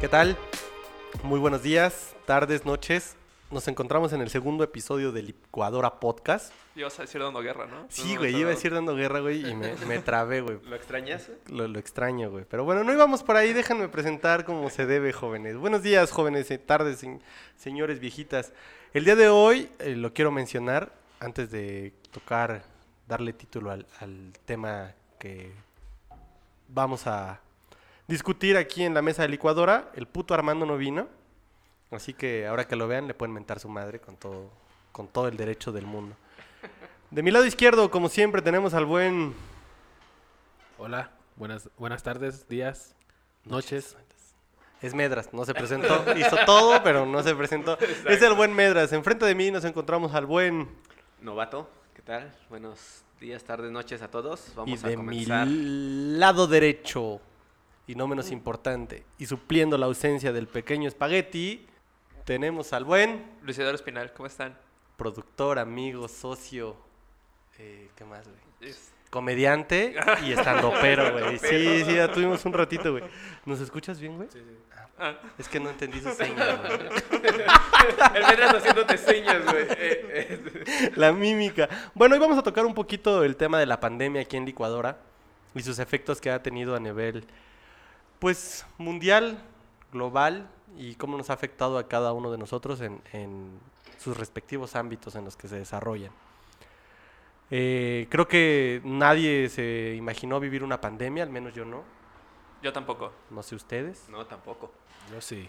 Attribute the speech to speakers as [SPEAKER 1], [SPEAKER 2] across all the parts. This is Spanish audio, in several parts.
[SPEAKER 1] ¿Qué tal? Muy buenos días, tardes, noches. Nos encontramos en el segundo episodio de Licuadora Podcast.
[SPEAKER 2] Ibas a decir dando guerra, ¿no?
[SPEAKER 1] Sí, güey, iba a decir dando guerra, güey, y me, me trabé, güey.
[SPEAKER 2] ¿Lo extrañas?
[SPEAKER 1] Lo, lo extraño, güey. Pero bueno, no íbamos por ahí, déjenme presentar como se debe, jóvenes. Buenos días, jóvenes, eh, tardes, sen- señores, viejitas. El día de hoy eh, lo quiero mencionar antes de tocar, darle título al, al tema que vamos a discutir aquí en la mesa de licuadora. El puto Armando no vino. Así que ahora que lo vean, le pueden mentar su madre con todo, con todo el derecho del mundo. De mi lado izquierdo, como siempre, tenemos al buen
[SPEAKER 3] Hola, buenas, buenas tardes, días, noches.
[SPEAKER 1] Es Medras, no se presentó, hizo todo, pero no se presentó. Es el buen Medras. Enfrente de mí nos encontramos al buen
[SPEAKER 4] Novato, ¿qué tal? Buenos días, tardes, noches a todos. Vamos
[SPEAKER 1] y de
[SPEAKER 4] a comenzar.
[SPEAKER 1] mi lado derecho, y no menos importante, y supliendo la ausencia del pequeño espagueti, tenemos al buen
[SPEAKER 2] Luis Eduardo Espinal, ¿cómo están?
[SPEAKER 1] productor, amigo, socio, eh, ¿qué más, güey?
[SPEAKER 2] Es-
[SPEAKER 1] Comediante y estando pero, güey. Sí, sí, ya tuvimos un ratito, güey. ¿Nos escuchas bien, güey?
[SPEAKER 2] Ah,
[SPEAKER 1] Es que no entendí su señas, güey.
[SPEAKER 4] El Medras haciéndote señas, güey. Eh, eh.
[SPEAKER 1] La mímica. Bueno, hoy vamos a tocar un poquito el tema de la pandemia aquí en Licuadora y sus efectos que ha tenido a nivel, pues, mundial, global y cómo nos ha afectado a cada uno de nosotros en, en sus respectivos ámbitos en los que se desarrollan. Eh, creo que nadie se imaginó vivir una pandemia, al menos yo no.
[SPEAKER 2] yo tampoco.
[SPEAKER 1] No sé ustedes.
[SPEAKER 4] No, tampoco.
[SPEAKER 3] Yo sí.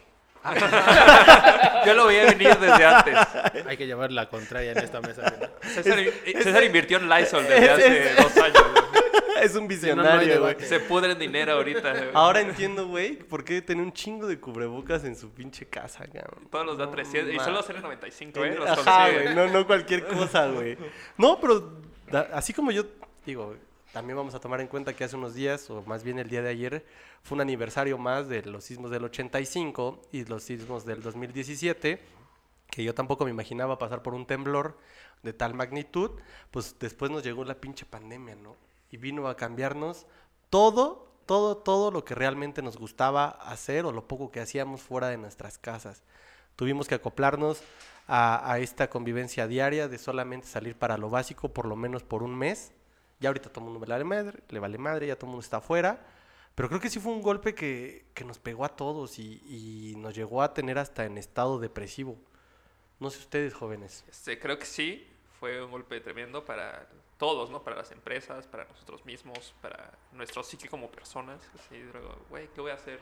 [SPEAKER 2] Yo lo voy a venir desde antes.
[SPEAKER 3] Hay que llevar la contraria en esta mesa. ¿no?
[SPEAKER 2] César, César invirtió en Lysol desde hace dos años. güey.
[SPEAKER 1] es un
[SPEAKER 3] visionario,
[SPEAKER 1] visionario, güey.
[SPEAKER 3] debate.
[SPEAKER 2] Se pudre en dinero ahorita. güey.
[SPEAKER 1] Ahora entiendo, güey, por qué tenía un chingo de cubrebocas en su pinche casa, cabrón.
[SPEAKER 2] Todos los da
[SPEAKER 1] No
[SPEAKER 2] 300 y
[SPEAKER 1] mames.
[SPEAKER 2] solo sale 95, ¿eh? Los
[SPEAKER 1] Ajá,
[SPEAKER 2] consigue.
[SPEAKER 1] güey, no, no cualquier cosa, güey. No, pero da- así como yo digo, también vamos a tomar en cuenta que hace unos días, o más bien el día de ayer, fue un aniversario más de los sismos del 85 y los sismos del 2017, que yo tampoco me imaginaba pasar por un temblor de tal magnitud, pues después nos llegó la pinche pandemia, ¿no? Y vino a cambiarnos todo, todo, todo lo que realmente nos gustaba hacer o lo poco que hacíamos fuera de nuestras casas. Tuvimos que acoplarnos a, a esta convivencia diaria de solamente salir para lo básico por lo menos por un mes. Ya ahorita todo el mundo le vale madre, le vale madre, ya todo el mundo está afuera. Pero creo que sí fue un golpe que, que nos pegó a todos y, y nos llegó a tener hasta en estado depresivo. No sé ustedes, jóvenes.
[SPEAKER 2] Este, creo que sí, fue un golpe tremendo para todos, ¿no? Para las empresas, para nosotros mismos, para nuestro psique como personas. Así, luego, güey, ¿qué voy a hacer?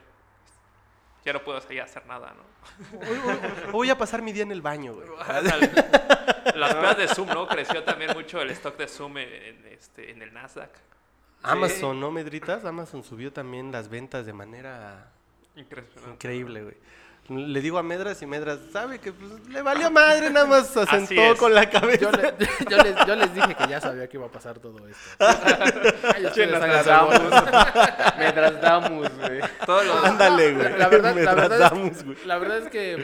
[SPEAKER 2] Ya no puedo salir a hacer nada, ¿no?
[SPEAKER 1] Voy a pasar mi día en el baño, güey.
[SPEAKER 2] Las pruebas de Zoom, ¿no? Creció también mucho el stock de Zoom en, en este, en el Nasdaq.
[SPEAKER 1] Amazon, ¿no, Medritas? Amazon subió también las ventas de manera
[SPEAKER 2] Impresionante.
[SPEAKER 1] Increíble, güey. Le digo a Medras y Medras sabe que pues, le valió madre, nada más se
[SPEAKER 2] Así
[SPEAKER 1] asentó
[SPEAKER 2] es.
[SPEAKER 1] con la cabeza.
[SPEAKER 3] Yo, le- yo les, yo les dije que ya sabía que iba a pasar todo esto. Ay, ustedes
[SPEAKER 4] Nos
[SPEAKER 3] hagan su
[SPEAKER 4] tratamos.
[SPEAKER 3] bola.
[SPEAKER 4] Medras damos, güey.
[SPEAKER 2] Todos los-
[SPEAKER 1] Ándale, güey.
[SPEAKER 3] La verdad, la,
[SPEAKER 1] Medras
[SPEAKER 3] verdad
[SPEAKER 1] Damus, güey.
[SPEAKER 3] es, la verdad es que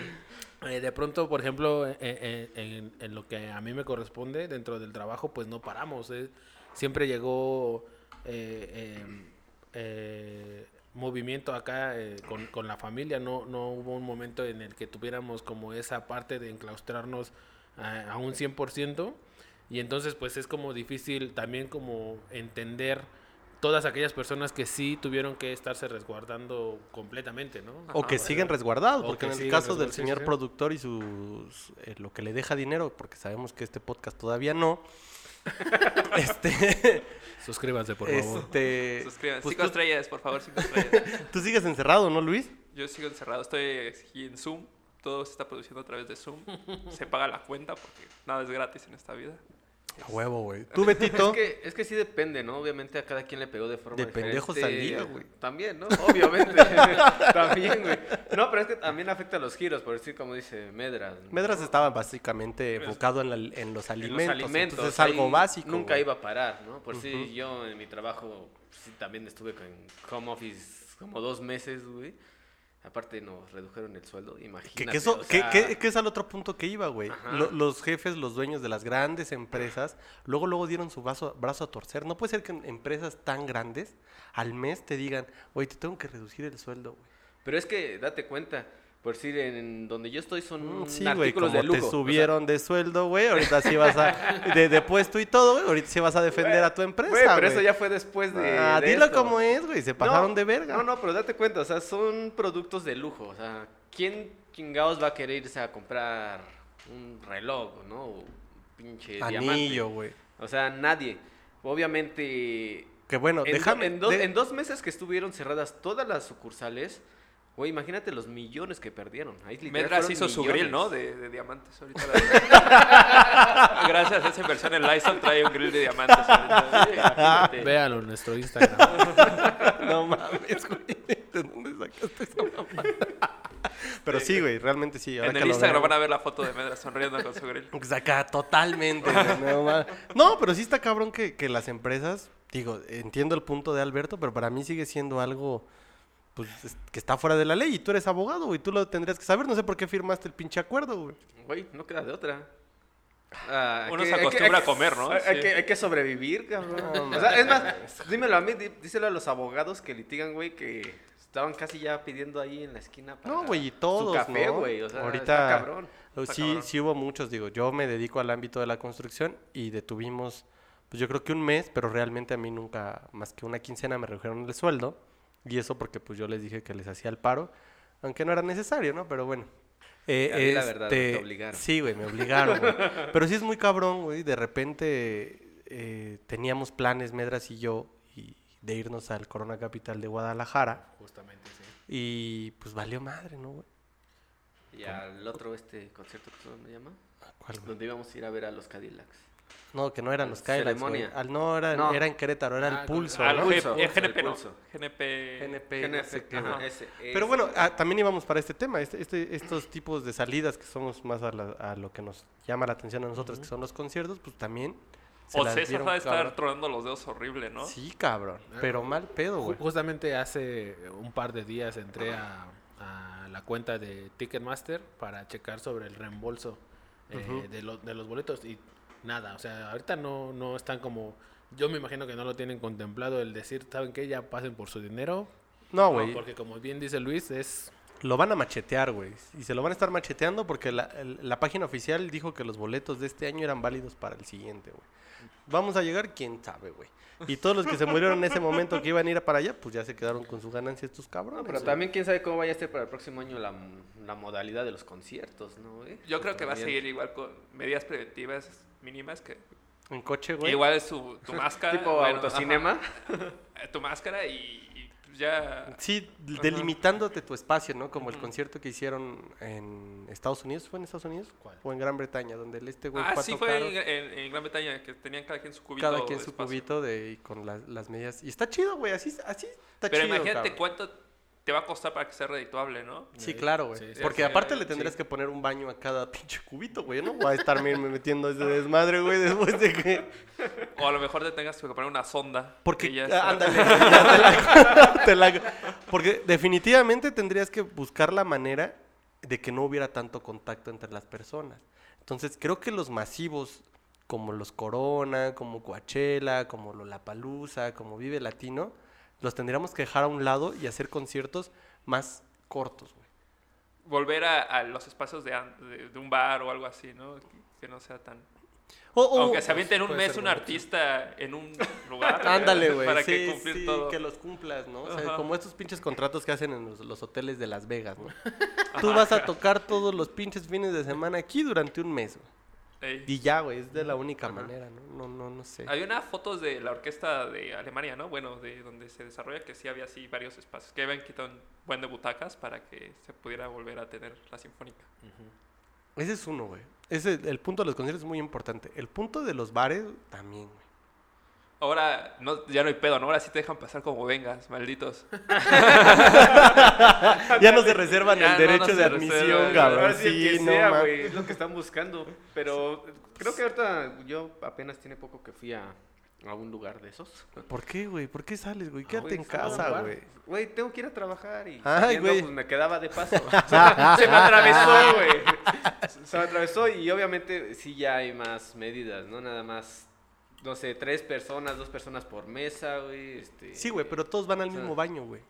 [SPEAKER 3] eh, de pronto, por ejemplo, eh, eh, en, en lo que a mí me corresponde dentro del trabajo, pues no paramos. eh. Siempre llegó eh, eh, eh, movimiento acá eh, con, con la familia. No, no hubo un momento en el que tuviéramos como esa parte de enclaustrarnos eh, a, a un 100%. Y entonces pues es como difícil también como entender todas aquellas personas que sí tuvieron que estarse resguardando completamente, ¿no?
[SPEAKER 1] O que
[SPEAKER 2] Ajá,
[SPEAKER 1] siguen resguardados,
[SPEAKER 3] O
[SPEAKER 1] porque
[SPEAKER 3] que
[SPEAKER 1] en el
[SPEAKER 3] siguen
[SPEAKER 1] caso del
[SPEAKER 3] resguardados, sí,
[SPEAKER 1] señor
[SPEAKER 3] sí.
[SPEAKER 1] productor y sus eh, lo que le deja dinero, porque sabemos que este podcast todavía no. este,
[SPEAKER 3] Suscríbanse, por favor.
[SPEAKER 1] este
[SPEAKER 2] Suscríbanse.
[SPEAKER 1] pues
[SPEAKER 2] cinco
[SPEAKER 1] tú,
[SPEAKER 2] estrellas, por favor, cinco estrellas.
[SPEAKER 1] tú sigues encerrado, ¿no, Luis?
[SPEAKER 2] Yo sigo encerrado, estoy aquí en Zoom. Todo se está produciendo a través de Zoom. Se paga la cuenta porque nada es gratis en esta vida.
[SPEAKER 1] A huevo, güey. Tú, Betito.
[SPEAKER 4] Es que, es que sí depende, ¿no? Obviamente a cada quien le pegó de forma
[SPEAKER 1] De pendejo
[SPEAKER 4] diferente.
[SPEAKER 1] salía, güey.
[SPEAKER 4] También, ¿no? Obviamente. también, güey. No, pero es que también afecta a los giros, por decir como dice Medras. ¿no?
[SPEAKER 1] Medras estaba básicamente enfocado en, la- en los
[SPEAKER 4] En los
[SPEAKER 1] alimentos.
[SPEAKER 4] alimentos,
[SPEAKER 1] entonces es
[SPEAKER 4] ahí
[SPEAKER 1] algo básico.
[SPEAKER 4] Nunca
[SPEAKER 1] güey.
[SPEAKER 4] iba a parar, ¿no? Por si
[SPEAKER 1] Ujú.
[SPEAKER 4] yo en mi trabajo pues, sí, también estuve con home office como dos meses, güey. Aparte nos redujeron el sueldo, imagínate.
[SPEAKER 1] Que, que eso,
[SPEAKER 4] o
[SPEAKER 1] que-
[SPEAKER 4] sea,
[SPEAKER 1] que- que es al otro punto que iba, güey.
[SPEAKER 4] Ajá.
[SPEAKER 1] Lo- los jefes, los dueños de las grandes empresas, luego, luego dieron su brazo, brazo a torcer. No puede ser que en empresas tan grandes al mes te digan, güey, te tengo que reducir el sueldo, güey.
[SPEAKER 4] Pero es que date cuenta, por decir, en donde yo estoy son
[SPEAKER 1] Mm, Sí, güey, como
[SPEAKER 4] artículos de lujo.
[SPEAKER 1] te
[SPEAKER 4] o sea,
[SPEAKER 1] subieron de sueldo, güey, ahorita sí vas a... De, de puesto y todo, güey, ahorita sí vas a defender
[SPEAKER 4] Güey,
[SPEAKER 1] a tu empresa,
[SPEAKER 4] Güey, pero
[SPEAKER 1] güey.
[SPEAKER 4] eso ya fue después de.
[SPEAKER 1] Ah,
[SPEAKER 4] de
[SPEAKER 1] dilo
[SPEAKER 4] esto.
[SPEAKER 1] como es, güey, se
[SPEAKER 4] No,
[SPEAKER 1] pasaron de verga.
[SPEAKER 4] No, no, pero date cuenta, o sea, son productos de lujo. O sea, ¿quién chingados va a querer irse a comprar un reloj, no? O un pinche
[SPEAKER 1] Anillo,
[SPEAKER 4] diamante.
[SPEAKER 1] güey.
[SPEAKER 4] O sea, nadie. Obviamente.
[SPEAKER 1] Que bueno,
[SPEAKER 4] en, do-
[SPEAKER 1] déjame...
[SPEAKER 4] en, do-
[SPEAKER 1] de-
[SPEAKER 4] en dos meses que estuvieron cerradas todas las sucursales, güey, imagínate los millones que perdieron. Ahí literal
[SPEAKER 2] Medras
[SPEAKER 4] fueron
[SPEAKER 2] hizo su
[SPEAKER 4] millones.
[SPEAKER 2] grill, ¿no? De, de diamantes ahorita. la- Gracias a esa inversión en Lysol trae un grill de diamantes. ahorita.
[SPEAKER 4] Imagínate.
[SPEAKER 3] Véanlo en nuestro Instagram.
[SPEAKER 1] No mames, güey. ¿De dónde sacaste esa mamada? Pero sí, güey, realmente sí. ahora
[SPEAKER 2] En
[SPEAKER 1] que
[SPEAKER 2] el
[SPEAKER 1] lo
[SPEAKER 2] Instagram
[SPEAKER 1] veo.
[SPEAKER 2] van a ver la foto de Medras sonriendo con su grill.
[SPEAKER 1] Pues acá totalmente. güey, no, ma- no, pero sí está cabrón que, que las empresas, digo, entiendo el punto de Alberto, pero para mí sigue siendo algo pues, es- que está fuera de la ley y tú eres abogado, güey, tú lo tendrías que saber. No sé por qué firmaste el pinche acuerdo, güey.
[SPEAKER 4] Güey, no queda de otra. Ah,
[SPEAKER 2] Uno se acostumbra a comer, ¿no?
[SPEAKER 4] Hay, hay
[SPEAKER 2] Sí.
[SPEAKER 4] que, hay que sobrevivir, cabrón.
[SPEAKER 1] No,
[SPEAKER 4] O sea, es más, dímelo a mí, di- díselo a los abogados que litigan, güey, que estaban casi ya pidiendo ahí en la esquina para
[SPEAKER 1] No, güey, y
[SPEAKER 4] su
[SPEAKER 1] todos,
[SPEAKER 4] café,
[SPEAKER 1] ¿no?
[SPEAKER 4] güey. O sea,
[SPEAKER 1] Ahorita-
[SPEAKER 4] está cabrón.
[SPEAKER 1] Pero
[SPEAKER 2] Está
[SPEAKER 1] Sí,
[SPEAKER 2] cabrón.
[SPEAKER 1] sí hubo muchos, digo, yo me dedico al ámbito de la construcción y detuvimos, pues yo creo que un mes, pero realmente a mí nunca, más que una quincena me redujeron el sueldo y eso porque pues yo les dije que les hacía el paro, aunque no era necesario, ¿no? Pero bueno. Eh,
[SPEAKER 4] A ti la verdad,
[SPEAKER 1] este,
[SPEAKER 4] te obligaron.
[SPEAKER 1] Sí, güey, me obligaron. güey. Pero sí es muy cabrón, güey, de repente eh, teníamos planes, Medras y yo, y de irnos al Corona Capital de Guadalajara
[SPEAKER 3] Justamente, sí.
[SPEAKER 1] y pues valió madre, ¿no, güey?
[SPEAKER 4] Y al otro, este concierto, ¿cómo se llama?
[SPEAKER 1] ¿Cuál, güey?
[SPEAKER 4] Donde íbamos a ir a ver a los Cadillacs.
[SPEAKER 1] No, que no eran los Cadillacs, güey.
[SPEAKER 4] Ceremonia.
[SPEAKER 1] Al, no, era,
[SPEAKER 4] No.
[SPEAKER 1] era en Querétaro, era
[SPEAKER 3] Ah,
[SPEAKER 1] el
[SPEAKER 3] con-
[SPEAKER 1] Pulso,
[SPEAKER 2] Ah,
[SPEAKER 1] ¿no?
[SPEAKER 2] no, G-
[SPEAKER 4] Pulso, pulso,
[SPEAKER 2] eh, GNP,
[SPEAKER 4] el
[SPEAKER 2] no.
[SPEAKER 4] pulso.
[SPEAKER 2] GNP.
[SPEAKER 1] GNP, no sé qué,
[SPEAKER 4] ajá,
[SPEAKER 1] güey.
[SPEAKER 4] ese- ese.
[SPEAKER 1] Pero bueno, ah, también íbamos para este tema, este, este- estos tipos de salidas que somos más a, la- a lo que nos llama la atención a nosotros, que son los conciertos, pues también se
[SPEAKER 2] O
[SPEAKER 1] las
[SPEAKER 2] César
[SPEAKER 1] dieron,
[SPEAKER 2] va a estar
[SPEAKER 1] cabrón.
[SPEAKER 2] tronando los dedos horrible, ¿no?
[SPEAKER 1] Sí, cabrón, pero mal pedo,
[SPEAKER 3] Ju-
[SPEAKER 1] güey.
[SPEAKER 3] Justamente hace un par de días entré a, a la cuenta de Ticketmaster para checar sobre el reembolso eh,
[SPEAKER 1] Ujú.
[SPEAKER 3] de, lo- de los boletos y nada, o sea, ahorita no, no están como... Yo me imagino que no lo tienen contemplado el decir, ¿saben qué? Ya pasen por su dinero.
[SPEAKER 1] No,
[SPEAKER 3] No,
[SPEAKER 1] güey,
[SPEAKER 3] porque como bien dice Luis, es...
[SPEAKER 1] lo van a machetear, güey, y se lo van a estar macheteando porque la, el- la página oficial dijo que los boletos de este año eran válidos para el siguiente, güey. Vamos a llegar, quién sabe, güey. Y todos los que se murieron en ese momento que iban a ir para allá, pues ya se quedaron con su ganancia estos cabrones.
[SPEAKER 4] No, pero
[SPEAKER 1] güey.
[SPEAKER 4] también quién sabe cómo vaya a ser para el próximo año la, la modalidad de los conciertos, ¿no, güey?
[SPEAKER 2] Yo creo que va a
[SPEAKER 4] También.
[SPEAKER 2] seguir igual con medidas preventivas mínimas que
[SPEAKER 1] En coche, güey.
[SPEAKER 2] igual es su tu máscara
[SPEAKER 4] Tipo
[SPEAKER 2] bueno,
[SPEAKER 4] autocinema.
[SPEAKER 2] ajá, eh, tu máscara y, y ya
[SPEAKER 1] Sí,
[SPEAKER 2] Ajá.
[SPEAKER 1] delimitándote tu espacio, ¿no? Como el
[SPEAKER 2] Ujú.
[SPEAKER 1] concierto que hicieron en Estados Unidos. ¿Fue en Estados Unidos?
[SPEAKER 3] ¿Cuál?
[SPEAKER 1] O en Gran Bretaña, donde el este güey
[SPEAKER 2] ah
[SPEAKER 1] fue a
[SPEAKER 2] sí
[SPEAKER 1] tocar,
[SPEAKER 2] fue en, en- en Gran Bretaña que tenían cada quien su cubito
[SPEAKER 1] cada quien
[SPEAKER 2] de
[SPEAKER 1] su
[SPEAKER 2] espacio.
[SPEAKER 1] cubito de, y con las, las medidas. Y está chido, güey. Así, así está
[SPEAKER 2] pero
[SPEAKER 1] chido.
[SPEAKER 2] imagínate
[SPEAKER 1] cabrón.
[SPEAKER 2] cuánto te va a costar para que sea redituable no
[SPEAKER 1] Sí,
[SPEAKER 3] Sí,
[SPEAKER 1] claro, güey.
[SPEAKER 3] sí, sí,
[SPEAKER 1] Porque
[SPEAKER 2] sí,
[SPEAKER 1] aparte
[SPEAKER 2] sí.
[SPEAKER 1] le tendrías que poner un baño a cada pinche cubito, güey. Yo No voy a estarme metiendo ese desmadre, güey, después de que...
[SPEAKER 2] o a lo mejor te tengas que poner una sonda
[SPEAKER 1] Porque,
[SPEAKER 2] que ya
[SPEAKER 1] ah,
[SPEAKER 2] está-
[SPEAKER 1] ándale, ya te la- te la- porque definitivamente tendrías que buscar la manera de que no hubiera tanto contacto entre las personas. Entonces, creo que los masivos, como los Corona, como Coachella, como Lollapalooza, como Vive Latino, los tendríamos que dejar a un lado y hacer conciertos más cortos, güey.
[SPEAKER 2] volver a, a los espacios de, an- de- de un bar o algo así no que no sea tan
[SPEAKER 1] O- o-
[SPEAKER 2] aunque se aviente en un
[SPEAKER 3] puede
[SPEAKER 2] mes
[SPEAKER 3] ser
[SPEAKER 2] un
[SPEAKER 3] buena
[SPEAKER 2] artista en un lugar
[SPEAKER 1] Ándale, güey.
[SPEAKER 2] para
[SPEAKER 1] sí,
[SPEAKER 2] que cumplir
[SPEAKER 1] sí,
[SPEAKER 2] todo
[SPEAKER 1] que los cumplas, ¿no? O sea,
[SPEAKER 2] Ajá.
[SPEAKER 1] como estos pinches contratos que hacen en los, los hoteles de Las Vegas, ¿no? Tú vas a tocar todos los pinches fines de semana aquí durante un mes, güey.
[SPEAKER 2] Ey.
[SPEAKER 1] Y ya, güey, es de la única
[SPEAKER 2] Ajá.
[SPEAKER 1] manera, ¿no? No, no, no sé.
[SPEAKER 2] Había unas fotos de la orquesta de Alemania, ¿no? Bueno, de donde se desarrolla que sí había así varios espacios, que habían quitado un buen de butacas para que se pudiera volver a tener la sinfónica.
[SPEAKER 1] Ese es uno, güey. Ese, el punto de los conciertos es muy importante. El punto de los bares también, güey.
[SPEAKER 2] Ahora no, ya no hay pedo, ¿no? Ahora sí te dejan pasar como vengas, malditos.
[SPEAKER 1] Ya no se reservan
[SPEAKER 2] Ya
[SPEAKER 1] el
[SPEAKER 2] no, no
[SPEAKER 1] derecho
[SPEAKER 2] se
[SPEAKER 1] de
[SPEAKER 2] reserva,
[SPEAKER 1] admisión,
[SPEAKER 2] güey.
[SPEAKER 1] cabrón.
[SPEAKER 4] Ahora sí, el
[SPEAKER 1] Sí,
[SPEAKER 4] que
[SPEAKER 1] no
[SPEAKER 4] sea,
[SPEAKER 1] mames.
[SPEAKER 4] güey, es lo que están buscando. Pero creo que ahorita yo apenas tiene poco que fui a, a un lugar de esos.
[SPEAKER 1] ¿Por qué, güey? ¿Por qué sales, güey?
[SPEAKER 4] Ah,
[SPEAKER 1] Quédate
[SPEAKER 4] güey,
[SPEAKER 1] en
[SPEAKER 4] estaba en un
[SPEAKER 1] casa,
[SPEAKER 4] bar.
[SPEAKER 1] güey.
[SPEAKER 4] Güey, tengo que ir a trabajar y
[SPEAKER 1] Ay,
[SPEAKER 4] saliendo,
[SPEAKER 1] güey.
[SPEAKER 4] pues me quedaba de paso. se, me, se me atravesó, güey. Se me atravesó y obviamente sí ya hay más medidas, ¿no? Nada más, no sé, tres personas, dos personas por mesa, güey. Este,
[SPEAKER 1] Sí, güey, pero todos van al
[SPEAKER 4] o sea,
[SPEAKER 1] mismo baño, güey.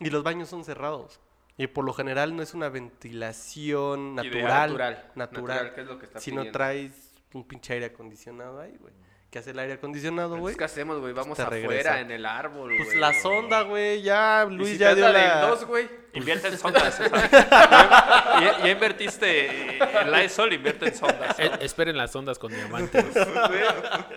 [SPEAKER 1] Y los baños son cerrados. Y por lo general no es una ventilación natural,
[SPEAKER 2] Ideal,
[SPEAKER 4] natural,
[SPEAKER 1] natural,
[SPEAKER 4] natural, que es lo que está
[SPEAKER 1] sino
[SPEAKER 4] pidiendo.
[SPEAKER 1] traes un pinche aire acondicionado ahí, güey. ¿Qué hace el aire acondicionado, güey? pues
[SPEAKER 4] Entonces, Pues, ¿Qué hacemos, güey? Vamos
[SPEAKER 1] te
[SPEAKER 4] afuera
[SPEAKER 1] regresa.
[SPEAKER 4] en el árbol,
[SPEAKER 1] Pues
[SPEAKER 4] güey.
[SPEAKER 1] la sonda, güey, ya
[SPEAKER 4] Y
[SPEAKER 1] Luis
[SPEAKER 4] si
[SPEAKER 1] ya
[SPEAKER 4] te
[SPEAKER 1] dio
[SPEAKER 4] anda de
[SPEAKER 1] la...
[SPEAKER 4] dos, güey.
[SPEAKER 2] Invierte en sondas. ¿sabes? ya, ya invertiste en Lysol, invierte en sondas.
[SPEAKER 1] Eh,
[SPEAKER 3] E- esperen las ondas con diamantes.
[SPEAKER 4] Güey,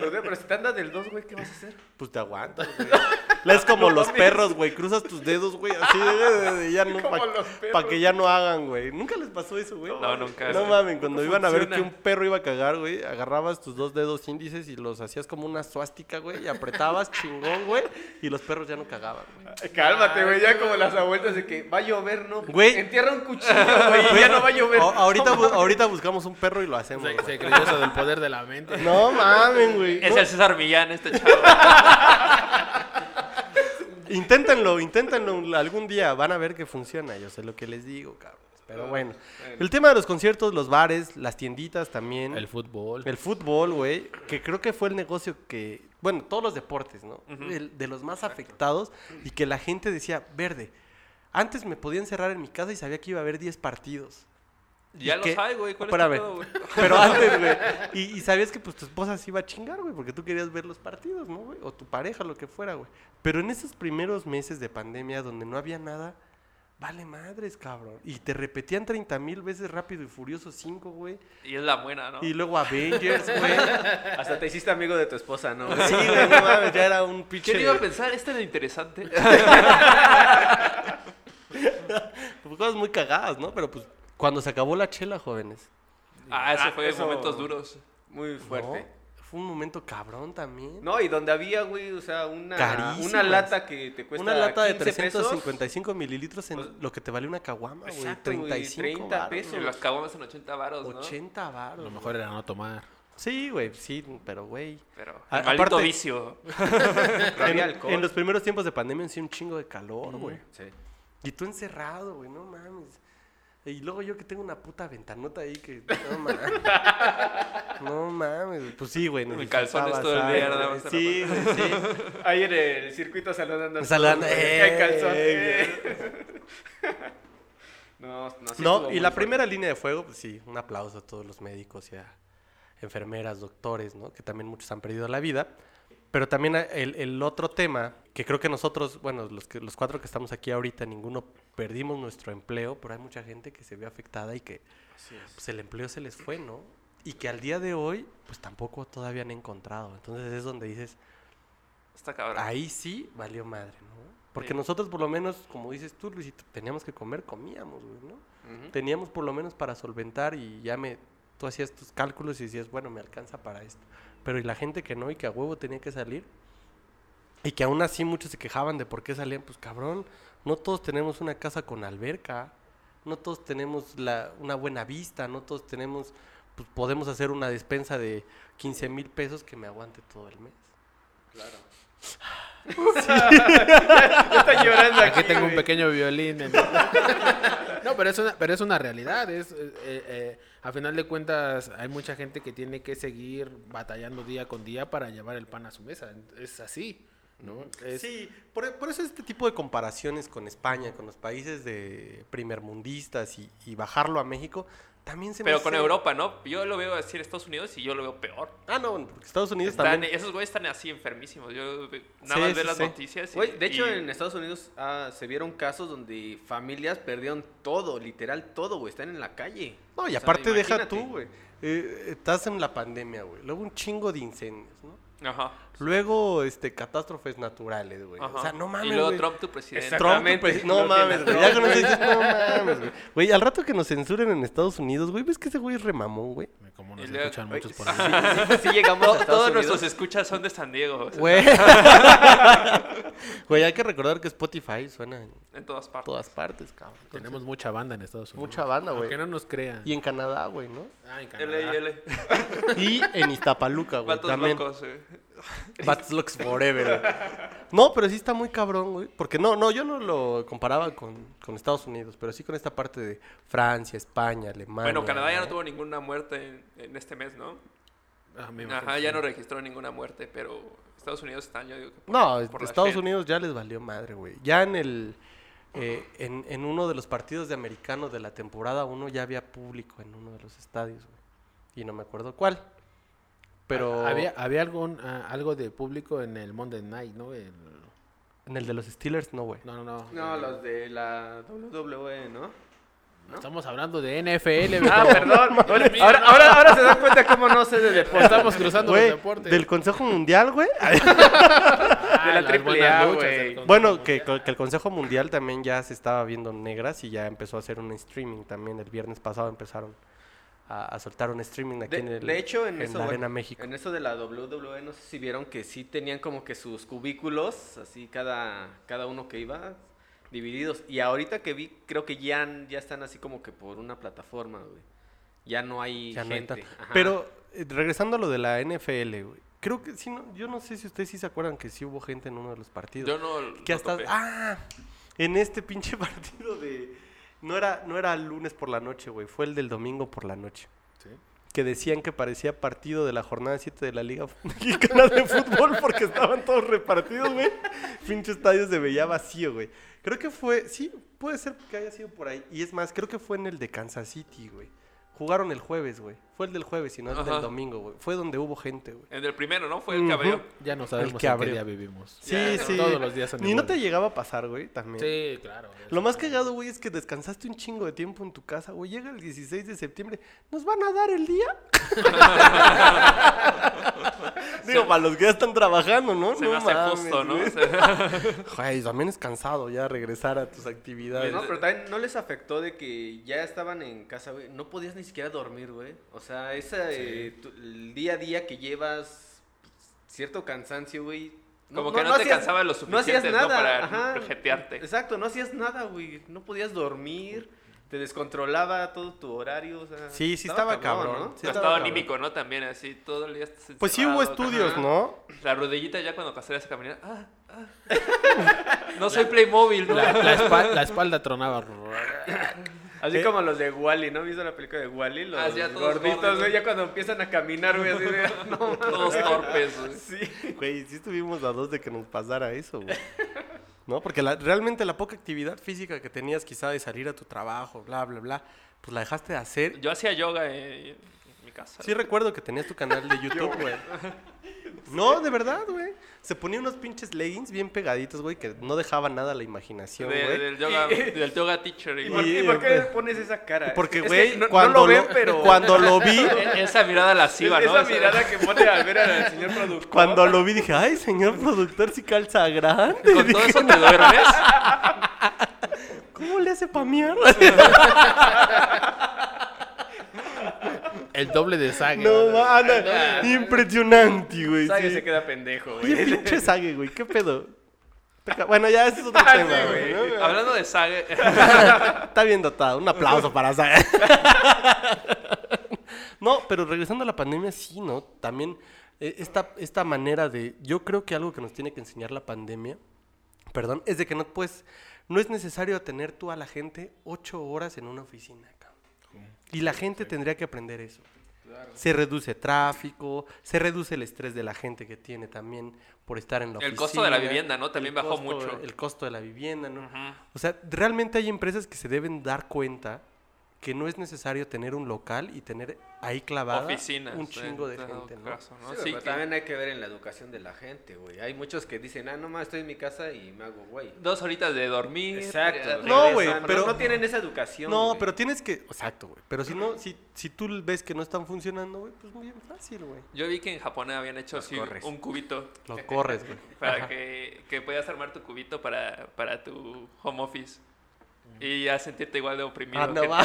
[SPEAKER 4] pues, güey, pero si te andas del 2, güey, ¿qué vas a hacer?
[SPEAKER 1] Pues te aguantas, güey. Es como los perros, güey. Cruzas tus dedos, güey, así de- de- de- ya no,
[SPEAKER 4] Como
[SPEAKER 1] para
[SPEAKER 4] los perros.
[SPEAKER 1] que ya no hagan, güey. ¿Nunca les pasó eso, güey?
[SPEAKER 2] No, nunca,
[SPEAKER 1] No
[SPEAKER 2] güey.
[SPEAKER 1] mames, cuando
[SPEAKER 4] No
[SPEAKER 1] iban a ver que
[SPEAKER 4] funciona.
[SPEAKER 1] un perro iba a cagar, güey, agarrabas tus dos dedos índices y los hacías como una suástica, güey, y apretabas chingón, güey, y los perros ya no cagaban, güey.
[SPEAKER 4] Ah, Cálmate, güey, ya como las abueltas de que va a llover, ¿no?
[SPEAKER 1] Güey.
[SPEAKER 4] Entierra un cuchillo, güey, y ya no va a llover.
[SPEAKER 1] A- ahorita, bu- ahorita buscamos un perro y lo hacemos.
[SPEAKER 3] se,
[SPEAKER 1] güey.
[SPEAKER 3] se creyó eso del poder de la mente.
[SPEAKER 1] No mames, güey.
[SPEAKER 2] Es
[SPEAKER 1] No.
[SPEAKER 2] el César Millán, este chavo.
[SPEAKER 1] Inténtenlo, inténtenlo algún día, van a ver que funciona, yo sé lo que les digo, cabrón. Pero bueno, el tema de los conciertos, los bares, las tienditas también,
[SPEAKER 3] El
[SPEAKER 1] el,
[SPEAKER 3] fútbol.
[SPEAKER 1] fútbol, güey, que creo que fue el negocio que, bueno, todos los deportes, ¿no? El- de los más afectados y que la gente decía, verde, antes me podía encerrar en mi casa y sabía que iba a haber 10 partidos.
[SPEAKER 2] Ya
[SPEAKER 1] ¿Y
[SPEAKER 2] lo
[SPEAKER 1] qué?
[SPEAKER 2] sabe, güey. ¿Cuál
[SPEAKER 1] Espérame.
[SPEAKER 2] es tu pedo, güey?
[SPEAKER 1] Pero antes, güey. Y, y sabías que pues tu esposa se iba a chingar, güey, porque tú querías ver los partidos, ¿no, güey? O tu pareja, lo que fuera, güey. Pero en esos primeros meses de pandemia donde no había nada, vale madres, cabrón. Y te repetían 30 mil veces rápido y furioso 5, güey.
[SPEAKER 2] Y es la buena, ¿no?
[SPEAKER 1] Y luego Avengers, güey.
[SPEAKER 4] Hasta te hiciste amigo de tu esposa, ¿no?
[SPEAKER 1] Sí, güey, no mames, ya era un pinche.
[SPEAKER 2] ¿Quién iba a pensar? Este era interesante.
[SPEAKER 1] pues, cosas muy cagadas, ¿no? Pero pues cuando se acabó la chela, jóvenes.
[SPEAKER 2] Ah, eso fue
[SPEAKER 4] eso-
[SPEAKER 2] momentos duros.
[SPEAKER 4] Muy
[SPEAKER 1] ¿no?
[SPEAKER 4] fuerte.
[SPEAKER 1] Fue un momento cabrón también.
[SPEAKER 4] No, y donde había, güey, o sea, una,
[SPEAKER 1] Carísimas.
[SPEAKER 4] una lata que te cuesta
[SPEAKER 1] una lata de
[SPEAKER 4] 15 pesos.
[SPEAKER 1] 355 mililitros en
[SPEAKER 4] Pues-
[SPEAKER 1] lo que te vale una caguama, güey.
[SPEAKER 4] Exacto, güey,
[SPEAKER 1] 35
[SPEAKER 4] 30
[SPEAKER 1] varos,
[SPEAKER 4] pesos.
[SPEAKER 2] Y Las acabamos en 80 varos, ¿no?
[SPEAKER 1] 80
[SPEAKER 3] Lo
[SPEAKER 1] baros.
[SPEAKER 3] mejor era no tomar.
[SPEAKER 1] Sí, güey, sí, pero güey.
[SPEAKER 2] Pero el
[SPEAKER 1] A-
[SPEAKER 2] maldito
[SPEAKER 1] aparte-
[SPEAKER 2] vicio.
[SPEAKER 4] No había alcohol. Mm,
[SPEAKER 1] En los primeros tiempos de pandemia hacía un chingo de calor, güey.
[SPEAKER 4] Sí.
[SPEAKER 1] Y tú encerrado, güey, no mames. Y luego yo que tengo una puta ventanota ahí que. No mames. no mames. güey. Pues sí, güey. nos
[SPEAKER 2] En calzones todo el
[SPEAKER 1] disfrutabas,
[SPEAKER 2] día,
[SPEAKER 1] ay,
[SPEAKER 2] nada
[SPEAKER 1] güey,
[SPEAKER 2] más
[SPEAKER 1] Sí, güey, sí.
[SPEAKER 4] Ahí en el circuito saludando. a
[SPEAKER 1] Saludando,
[SPEAKER 4] todos, güey,
[SPEAKER 1] ¡eh!
[SPEAKER 4] que hay calzón, ¡eh! No, no, sí estuvo
[SPEAKER 1] No,
[SPEAKER 4] muy
[SPEAKER 1] y la
[SPEAKER 4] fuerte.
[SPEAKER 1] primera línea de fuego, pues sí, un aplauso a todos los médicos y a enfermeras, doctores, ¿no? Que también muchos han perdido la vida. Pero también a- el, el otro tema, que creo que nosotros, bueno, los, que, los cuatro que estamos aquí ahorita, ninguno perdimos nuestro empleo, pero hay mucha gente que se ve afectada y que pues, el empleo se les fue, ¿no? Y que al día de hoy, pues tampoco todavía han encontrado. Entonces es donde dices,
[SPEAKER 2] Está cabrón.
[SPEAKER 1] ahí sí valió madre, ¿no? Porque
[SPEAKER 2] Sí.
[SPEAKER 1] nosotros por lo menos, como dices tú, Luisito, teníamos que comer, comíamos, güey, ¿no?
[SPEAKER 4] Ujú.
[SPEAKER 1] teníamos por lo menos para solventar y ya me tú hacías tus cálculos y decías, bueno, me alcanza para esto. Pero y la gente que no y que a huevo tenía que salir y que aún así muchos se quejaban de por qué salían, pues cabrón, no todos tenemos una casa con alberca, no todos tenemos la, una buena vista, no todos tenemos, pues podemos hacer una despensa de 15 mil pesos que me aguante todo el mes.
[SPEAKER 4] Ya está llorando aquí.
[SPEAKER 3] Aquí tengo un
[SPEAKER 4] güey.
[SPEAKER 3] pequeño violín. en- No, pero es una, pero es una realidad. Es, eh, eh, eh, a final de cuentas, hay mucha gente que tiene que seguir batallando día con día para llevar el pan a su mesa. Es así, ¿no? Es-
[SPEAKER 1] Sí, por, por eso este tipo de comparaciones con España, con los países de primermundistas y, y bajarlo a México, también se me
[SPEAKER 2] Pero con
[SPEAKER 1] hace-
[SPEAKER 2] Europa, ¿no? Yo lo veo así en Estados Unidos y yo lo veo peor.
[SPEAKER 1] Ah, no, bueno, porque Estados Unidos
[SPEAKER 2] Están-
[SPEAKER 1] también.
[SPEAKER 2] esos güeyes están así enfermísimos. Yo ve- nada
[SPEAKER 1] Sí,
[SPEAKER 2] más
[SPEAKER 1] sí,
[SPEAKER 2] ver las
[SPEAKER 1] sí.
[SPEAKER 2] noticias. y-
[SPEAKER 4] Güey, de hecho,
[SPEAKER 2] y-
[SPEAKER 4] en Estados Unidos ah, se vieron casos donde familias perdieron todo, literal todo, güey. Están en la calle.
[SPEAKER 1] No,
[SPEAKER 4] O
[SPEAKER 1] y
[SPEAKER 4] sea,
[SPEAKER 1] aparte deja
[SPEAKER 4] imagínate.
[SPEAKER 1] tú, güey. Eh, estás en la pandemia, güey. Luego un chingo de incendios, ¿no?
[SPEAKER 2] Ajá.
[SPEAKER 1] Luego, este, catástrofes naturales, güey.
[SPEAKER 2] ajá.
[SPEAKER 1] O sea, no mames,
[SPEAKER 2] Y luego
[SPEAKER 1] güey.
[SPEAKER 2] Trump, tu presidente.
[SPEAKER 4] Exacto.
[SPEAKER 1] Trump,
[SPEAKER 4] Exactamente,
[SPEAKER 1] pues, no
[SPEAKER 4] lo
[SPEAKER 1] mames,
[SPEAKER 4] tiene
[SPEAKER 1] güey. Ya
[SPEAKER 4] Trump.
[SPEAKER 1] con eso dices, no mames, güey. Güey, al rato que nos censuren en Estados Unidos, güey, ¿ves que ese güey es remamón, güey?
[SPEAKER 3] Como nos
[SPEAKER 2] Y luego-
[SPEAKER 3] escuchan muchos por
[SPEAKER 4] Sí,
[SPEAKER 3] ahí.
[SPEAKER 4] sí, sí llegamos a
[SPEAKER 2] Todos
[SPEAKER 4] Estados Unidos.
[SPEAKER 2] nuestros escuchas son de San Diego. o sea,
[SPEAKER 1] Güey. Güey, hay que recordar que Spotify suena en
[SPEAKER 2] En todas partes.
[SPEAKER 1] todas partes, cabrón. Entonces,
[SPEAKER 3] Tenemos mucha banda en Estados Unidos.
[SPEAKER 1] mucha banda,
[SPEAKER 3] Aunque
[SPEAKER 1] güey.
[SPEAKER 3] no nos crean.
[SPEAKER 1] Y en Canadá, güey, ¿no?
[SPEAKER 3] Ah, en Canadá.
[SPEAKER 2] L, L.
[SPEAKER 1] Y en Iztapaluca, güey.
[SPEAKER 2] Vatos
[SPEAKER 1] También.
[SPEAKER 2] locos, eh. güey.
[SPEAKER 1] Bad Slugs Forever. güey. No, pero sí está muy cabrón, güey. Porque no, no, yo no lo comparaba con, con Estados Unidos, pero sí con esta parte de Francia, España, Alemania.
[SPEAKER 2] Bueno, Canadá ya no tuvo ninguna muerte en, en este mes, ¿no?
[SPEAKER 3] Ah, me imagino,
[SPEAKER 2] Ajá, ya
[SPEAKER 3] sí.
[SPEAKER 2] no registró ninguna muerte, pero Estados Unidos están, yo digo que por-
[SPEAKER 1] No,
[SPEAKER 2] por la
[SPEAKER 1] Estados
[SPEAKER 2] shit.
[SPEAKER 1] Unidos ya les valió madre, güey. Ya en el eh, en, en uno de los partidos de americano de la temporada uno ya había público en uno de los estadios, güey. Y no me acuerdo cuál. Pero
[SPEAKER 3] Había, había algún, ah, algo de público en el Monday Night, ¿no? El-
[SPEAKER 1] en el de los Steelers no, güey.
[SPEAKER 3] no, no, no.
[SPEAKER 4] No, los de la WWE, ¿no?
[SPEAKER 3] Estamos hablando de NFL.
[SPEAKER 4] Ah,
[SPEAKER 3] Beto.
[SPEAKER 4] perdón. Ahora, ahora, ahora se dan cuenta cómo no sé de deporte.
[SPEAKER 3] Estamos cruzando
[SPEAKER 1] Güey,
[SPEAKER 3] los deportes.
[SPEAKER 1] del Consejo Mundial, güey.
[SPEAKER 3] Ah,
[SPEAKER 4] de la
[SPEAKER 3] las
[SPEAKER 4] AAA,
[SPEAKER 3] buenas luchas
[SPEAKER 4] güey.
[SPEAKER 3] del con-
[SPEAKER 1] Bueno, que, que el Consejo Mundial también ya se estaba viendo negras y ya empezó a hacer un streaming también. El viernes pasado empezaron a, a soltar un streaming aquí
[SPEAKER 4] De,
[SPEAKER 1] en el-
[SPEAKER 4] de hecho, en,
[SPEAKER 1] en
[SPEAKER 4] eso,
[SPEAKER 1] la
[SPEAKER 4] bueno,
[SPEAKER 1] Arena México.
[SPEAKER 4] en eso de la WWE, no sé si vieron que sí tenían como que sus cubículos, así cada, cada uno que iba, divididos. Y ahorita que vi, creo que ya, ya están así como que por una plataforma, güey. Ya no hay
[SPEAKER 1] Ya no hay
[SPEAKER 4] gente.
[SPEAKER 1] tan-
[SPEAKER 4] ajá.
[SPEAKER 1] Pero eh, regresando a lo de la NFL, güey. Creo que sí, no, yo no sé si ustedes sí se acuerdan que sí hubo gente en uno de los partidos.
[SPEAKER 2] Yo no.
[SPEAKER 1] que
[SPEAKER 2] lo
[SPEAKER 1] hasta
[SPEAKER 2] topé.
[SPEAKER 1] ah en este pinche partido de no era no era lunes por la noche güey fue el del domingo por la noche
[SPEAKER 3] Sí.
[SPEAKER 1] que decían que parecía partido de la jornada 7 de la Liga Mexicana de Fútbol porque estaban todos repartidos, güey. Pinche estadio se veía vacío, güey. Creo que fue, sí, puede ser que haya sido por ahí. Y es más, creo que fue en el de Kansas City, güey. Jugaron el jueves, güey. Fue el del jueves y no el
[SPEAKER 2] Ajá.
[SPEAKER 1] del domingo, güey. Fue donde hubo gente, güey.
[SPEAKER 2] En el primero, ¿no? Fue el
[SPEAKER 1] Ujú.
[SPEAKER 2] cabello.
[SPEAKER 3] Ya no
[SPEAKER 1] El
[SPEAKER 3] sabemos
[SPEAKER 1] que
[SPEAKER 3] en qué
[SPEAKER 1] abrió.
[SPEAKER 3] día vivimos.
[SPEAKER 1] Sí,
[SPEAKER 2] Ya,
[SPEAKER 1] sí.
[SPEAKER 3] todos los días son
[SPEAKER 1] Ni no te
[SPEAKER 3] iguales.
[SPEAKER 1] llegaba a pasar, güey, también.
[SPEAKER 3] Sí, claro.
[SPEAKER 1] Lo más cagado, güey, es que descansaste un chingo de tiempo en tu casa, güey. Llega el 16 de septiembre. ¿Nos van a dar el día? Digo, para los que ya están trabajando, ¿no?
[SPEAKER 2] Se
[SPEAKER 1] no
[SPEAKER 2] me hace justo, ¿no?
[SPEAKER 1] güey.
[SPEAKER 2] O sea,
[SPEAKER 1] Güey, también es cansado ya regresar a tus actividades.
[SPEAKER 4] Pues No, pero también no les afectó de que ya estaban en casa, güey. No podías ni siquiera dormir, güey. O sea, esa, eh, tu- el día a día que llevas pues, cierto cansancio, güey.
[SPEAKER 2] Como que no, te
[SPEAKER 4] hacías-
[SPEAKER 2] cansaba lo
[SPEAKER 4] no
[SPEAKER 2] suficiente
[SPEAKER 4] hacías
[SPEAKER 2] ¿no?
[SPEAKER 4] nada
[SPEAKER 2] para
[SPEAKER 4] ajá.
[SPEAKER 2] rejetearte.
[SPEAKER 4] Exacto, no hacías nada, güey. No podías dormir. Te descontrolaba todo tu horario. O sea,
[SPEAKER 1] Sí, sí estaba cabrón, sí.
[SPEAKER 2] Estado
[SPEAKER 1] estaba cabrón.
[SPEAKER 2] Pues anímico, ¿no? También así, todo el día. estás
[SPEAKER 1] Pues sí hubo
[SPEAKER 2] encerrado,
[SPEAKER 1] estudios,
[SPEAKER 2] ajá.
[SPEAKER 1] ¿no?
[SPEAKER 2] La rodillita ya cuando caseras se caminaba. Ah, ah. No soy Playmobil, ¿no?
[SPEAKER 3] La, la espal- la espalda tronaba.
[SPEAKER 4] Así
[SPEAKER 1] Eh.
[SPEAKER 4] como los de Wally, ¿no? ¿Viste la película de Wally? Los
[SPEAKER 2] Ah, sí, ya todos
[SPEAKER 4] gorditos,
[SPEAKER 2] gordos,
[SPEAKER 4] güey.
[SPEAKER 2] ¿no?
[SPEAKER 4] Ya cuando empiezan a caminar, güey, así de. No,
[SPEAKER 2] Todos torpes. güey.
[SPEAKER 4] sí.
[SPEAKER 1] Güey, sí estuvimos a dos de que nos pasara eso, güey. ¿No? Porque la- realmente la poca actividad física que tenías quizá de salir a tu trabajo, bla, bla, bla, pues la dejaste de hacer.
[SPEAKER 2] Yo hacía yoga eh, en mi casa.
[SPEAKER 1] Sí recuerdo que tenías tu canal de YouTube, güey. No, de verdad, güey. Se ponía unos pinches leggings bien pegaditos, güey, que no dejaba nada a la
[SPEAKER 2] De-
[SPEAKER 1] imaginación, güey.
[SPEAKER 2] del, yoga, del yoga teacher.
[SPEAKER 4] ¿Y
[SPEAKER 2] y-
[SPEAKER 4] por,
[SPEAKER 1] Y-
[SPEAKER 4] y por qué
[SPEAKER 1] eh,
[SPEAKER 4] pones esa cara?
[SPEAKER 1] Porque,
[SPEAKER 4] Es que
[SPEAKER 1] güey,
[SPEAKER 4] no- no,
[SPEAKER 1] cuando,
[SPEAKER 4] lo ven,
[SPEAKER 1] lo-
[SPEAKER 4] pero.
[SPEAKER 1] cuando lo vi,
[SPEAKER 2] E- Esa mirada lasciva,
[SPEAKER 4] es-
[SPEAKER 2] ¿no?
[SPEAKER 4] Esa mirada que pone al ver al señor productor.
[SPEAKER 1] cuando lo vi dije, ay, señor productor, si calza grande.
[SPEAKER 2] Con todo
[SPEAKER 1] Dije,
[SPEAKER 2] eso te duermes.
[SPEAKER 1] ¿Cómo le hace pa' mierda?
[SPEAKER 3] El doble de sangre.
[SPEAKER 1] No, mala.
[SPEAKER 3] ¿verdad?
[SPEAKER 1] Impresionante, güey.
[SPEAKER 4] Sague
[SPEAKER 1] sí.
[SPEAKER 4] se queda pendejo, güey.
[SPEAKER 1] Oye, pinche Sage, güey, ¿qué pedo? Toca- Bueno, ya ese es otro
[SPEAKER 4] Ah,
[SPEAKER 1] tema,
[SPEAKER 4] sí,
[SPEAKER 1] güey.
[SPEAKER 4] güey.
[SPEAKER 1] ¿no?
[SPEAKER 2] Hablando de saga.
[SPEAKER 1] Está bien dotado. Un aplauso para Sage. no, pero regresando a la pandemia, sí, ¿no? También eh, esta, esta manera de... Yo creo que algo que nos tiene que enseñar la pandemia, perdón, es de que no puedes... No es necesario tener tú a la gente ocho horas en una oficina, cabrón. Y la gente tendría que aprender eso. Se reduce tráfico, se reduce el estrés de la gente que tiene también por estar en la oficina.
[SPEAKER 2] El costo de la vivienda, ¿no? También
[SPEAKER 1] el
[SPEAKER 2] bajó
[SPEAKER 1] costo-
[SPEAKER 2] mucho.
[SPEAKER 1] El costo de la vivienda, ¿no?
[SPEAKER 2] Ujú.
[SPEAKER 1] O sea, realmente hay empresas que se deben dar cuenta que no es necesario tener un local y tener ahí clavada
[SPEAKER 2] Oficinas.
[SPEAKER 1] un chingo de
[SPEAKER 2] en todo
[SPEAKER 1] gente, ¿no?
[SPEAKER 2] caso, ¿no?
[SPEAKER 4] Sí,
[SPEAKER 2] Sí,
[SPEAKER 4] pero
[SPEAKER 2] que-
[SPEAKER 4] también hay que ver en la educación de la gente, güey. Hay muchos que dicen, ah, nomás estoy en mi casa y me hago güey.
[SPEAKER 2] Dos horitas de dormir. eh,
[SPEAKER 4] Exacto.
[SPEAKER 1] No,
[SPEAKER 4] regresan,
[SPEAKER 1] güey, pero-
[SPEAKER 4] No tienen esa educación.
[SPEAKER 1] No,
[SPEAKER 4] güey.
[SPEAKER 1] pero tienes que... Exacto, güey. Pero si no, si, si tú ves que no están funcionando, güey, pues muy bien fácil, güey.
[SPEAKER 2] Yo vi que en Japón habían hecho así
[SPEAKER 4] corres.
[SPEAKER 2] un cubito
[SPEAKER 1] Lo corres, güey.
[SPEAKER 2] para que, que puedas armar tu cubito para, para tu home office. Y a sentirte igual de oprimido
[SPEAKER 1] Ah, no
[SPEAKER 2] que,
[SPEAKER 1] va.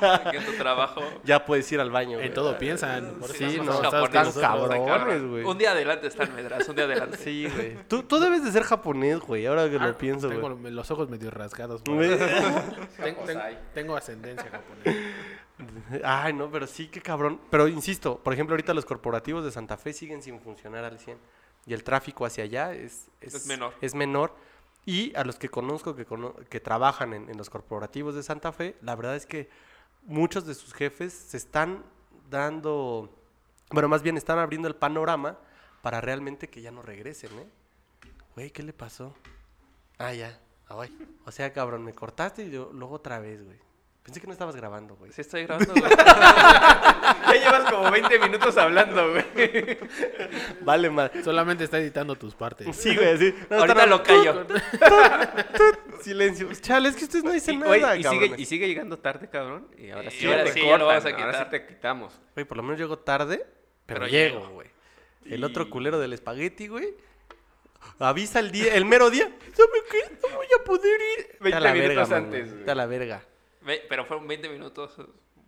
[SPEAKER 2] tú- que en tu trabajo.
[SPEAKER 1] Ya puedes ir al baño, güey.
[SPEAKER 3] En todo piensan. Por
[SPEAKER 1] Sí,
[SPEAKER 3] eso estamos
[SPEAKER 1] no,
[SPEAKER 3] avanzados que
[SPEAKER 1] están
[SPEAKER 2] japoneses,
[SPEAKER 3] nosotros.
[SPEAKER 1] cabrones,
[SPEAKER 2] cabrón.
[SPEAKER 1] güey.
[SPEAKER 2] Un día adelante están medras, un día adelante.
[SPEAKER 1] Sí, güey. Tú, tú debes de ser japonés, güey, ahora que
[SPEAKER 3] Ah,
[SPEAKER 1] lo pienso,
[SPEAKER 3] Tengo
[SPEAKER 1] güey.
[SPEAKER 3] los ojos medio rasgados. güey.
[SPEAKER 1] Güey.
[SPEAKER 3] Ten- ten-
[SPEAKER 4] Jacosai.
[SPEAKER 3] tengo ascendencia japonesa.
[SPEAKER 1] Ay, no, pero sí, qué cabrón. Pero insisto, por ejemplo, ahorita los corporativos de Santa Fe siguen sin funcionar al 100. Y el tráfico hacia allá es,
[SPEAKER 2] Es menor.
[SPEAKER 1] Es menor. Y a los que conozco que, cono- que trabajan en, en los corporativos de Santa Fe, la verdad es que muchos de sus jefes se están dando, bueno, más bien están abriendo el panorama para realmente que ya no regresen, ¿eh? Güey, ¿qué le pasó? Ah, ya. Ah, güey. O sea, cabrón, me cortaste y yo- luego otra vez, güey. Pensé que no estabas grabando, güey.
[SPEAKER 2] Sí estoy grabando, güey.
[SPEAKER 4] Ya llevas como 20 minutos hablando, güey.
[SPEAKER 1] Vale, madre.
[SPEAKER 3] Solamente está editando tus partes.
[SPEAKER 1] Sí, güey, sí. No,
[SPEAKER 2] Ahorita
[SPEAKER 1] está-
[SPEAKER 2] lo callo.
[SPEAKER 1] Silencio. Chale, es que ustedes no dicen
[SPEAKER 4] Y,
[SPEAKER 1] nada,
[SPEAKER 4] güey,
[SPEAKER 1] cabrón.
[SPEAKER 4] y sigue, y sigue llegando tarde, cabrón. Y ahora
[SPEAKER 2] Y
[SPEAKER 4] sí,
[SPEAKER 2] ahora
[SPEAKER 4] te
[SPEAKER 2] sí ya lo vamos
[SPEAKER 4] cortan,
[SPEAKER 2] a
[SPEAKER 4] ahora sí
[SPEAKER 2] quitar.
[SPEAKER 4] te quitamos.
[SPEAKER 1] Güey, por lo menos llego tarde, pero,
[SPEAKER 2] Pero
[SPEAKER 1] llego,
[SPEAKER 2] llego.
[SPEAKER 1] güey. El otro
[SPEAKER 4] Y-
[SPEAKER 1] culero del espagueti, güey. Avisa el día, el mero día. ¿Sabe qué? No voy a poder ir. Vete
[SPEAKER 4] 20
[SPEAKER 1] a la
[SPEAKER 4] minutos
[SPEAKER 1] verga, man,
[SPEAKER 4] antes,
[SPEAKER 1] güey.
[SPEAKER 4] güey.
[SPEAKER 1] Vete a la verga.
[SPEAKER 2] Ve- Pero fueron 20 minutos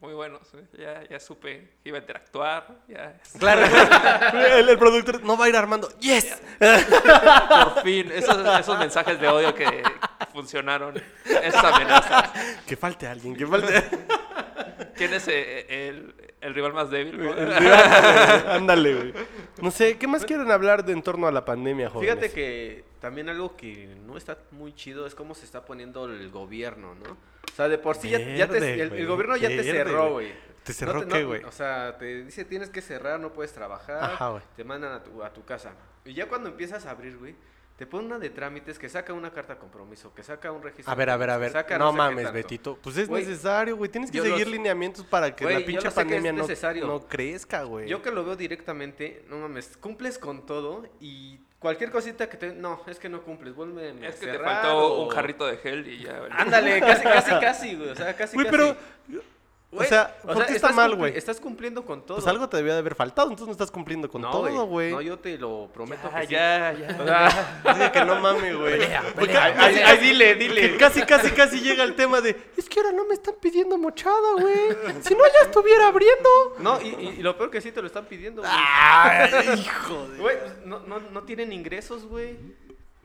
[SPEAKER 2] muy buenos. güey. Ya, ya supe que iba a interactuar. Ya.
[SPEAKER 1] Claro, güey. el, el productor no va a ir armando. ¡Yes!
[SPEAKER 2] Por fin. Esos, esos mensajes de odio que funcionaron. Esas amenazas.
[SPEAKER 1] que falte alguien, que falte.
[SPEAKER 2] ¿Quién es eh, el, el rival más débil? no?
[SPEAKER 1] El rival, güey. Ándale, güey. No sé, ¿qué más quieren hablar de en torno a la pandemia, jóvenes?
[SPEAKER 4] Fíjate que también algo que no está muy chido es cómo se está poniendo el gobierno, ¿no? O sea, de por sí ya, ya te-
[SPEAKER 1] Verde,
[SPEAKER 4] el, el
[SPEAKER 1] güey,
[SPEAKER 4] gobierno ya
[SPEAKER 1] verde,
[SPEAKER 4] te cerró,
[SPEAKER 1] güey.
[SPEAKER 4] güey.
[SPEAKER 1] ¿Te cerró
[SPEAKER 4] te-
[SPEAKER 1] qué, güey?
[SPEAKER 4] O sea, te dice tienes que cerrar, no puedes trabajar.
[SPEAKER 1] Ajá, güey.
[SPEAKER 4] Te mandan a tu, a tu casa. Y ya cuando empiezas a abrir, güey, te ponen una de trámites que saca una carta de compromiso, que saca un registro.
[SPEAKER 1] A ver, a ver, a
[SPEAKER 4] que
[SPEAKER 1] ver.
[SPEAKER 4] saca
[SPEAKER 1] No
[SPEAKER 4] sé qué
[SPEAKER 1] mames,
[SPEAKER 4] tanto.
[SPEAKER 1] Betito. Pues es
[SPEAKER 4] Güey,
[SPEAKER 1] necesario, güey. Tienes que
[SPEAKER 4] yo
[SPEAKER 1] seguir
[SPEAKER 4] los-
[SPEAKER 1] lineamientos para que
[SPEAKER 4] Güey,
[SPEAKER 1] la
[SPEAKER 4] yo
[SPEAKER 1] pinche
[SPEAKER 4] lo sé que es
[SPEAKER 1] pandemia no,
[SPEAKER 4] necesario.
[SPEAKER 1] no crezca, güey.
[SPEAKER 4] Yo que lo veo directamente, no mames, cumples con todo y cualquier cosita que te... No, es que no cumples, vuelve a
[SPEAKER 2] Es que te
[SPEAKER 4] cerrar
[SPEAKER 2] faltó
[SPEAKER 4] o-
[SPEAKER 2] un jarrito de gel y ya. valió.
[SPEAKER 4] Ándale, casi, casi, casi, güey. O sea, casi,
[SPEAKER 1] Güey,
[SPEAKER 4] casi.
[SPEAKER 1] pero. o
[SPEAKER 4] Güey,
[SPEAKER 1] sea,
[SPEAKER 4] o
[SPEAKER 1] ¿por
[SPEAKER 4] sea,
[SPEAKER 1] qué está
[SPEAKER 4] estás
[SPEAKER 1] mal,
[SPEAKER 4] cumpli-
[SPEAKER 1] güey?
[SPEAKER 4] Estás cumpliendo con todo.
[SPEAKER 1] Pues algo te debía de haber faltado, entonces no estás cumpliendo con
[SPEAKER 4] No,
[SPEAKER 1] todo, güey.
[SPEAKER 4] No, yo te lo prometo
[SPEAKER 2] Ya,
[SPEAKER 4] que sí.
[SPEAKER 2] ya, ya.
[SPEAKER 4] O sea,
[SPEAKER 1] Así que no mames, güey. Porque-
[SPEAKER 4] Ay, ay, dile, dile.
[SPEAKER 1] Que casi, casi, casi llega el tema de, es que ahora no me están pidiendo mochada, güey. Si no, ya estuviera abriendo.
[SPEAKER 4] No, y, y- y lo peor que sí te lo están pidiendo, güey.
[SPEAKER 1] hijo de...
[SPEAKER 4] Güey, pues, no, no, no tienen ingresos, güey.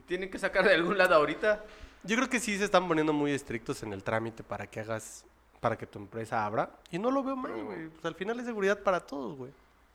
[SPEAKER 4] Tienen que sacar de algún lado ahorita.
[SPEAKER 1] Yo creo que sí se están poniendo muy estrictos en el trámite para que hagas, para que tu empresa abra. Y no lo veo mal, güey. Pues al final es seguridad para todos, güey.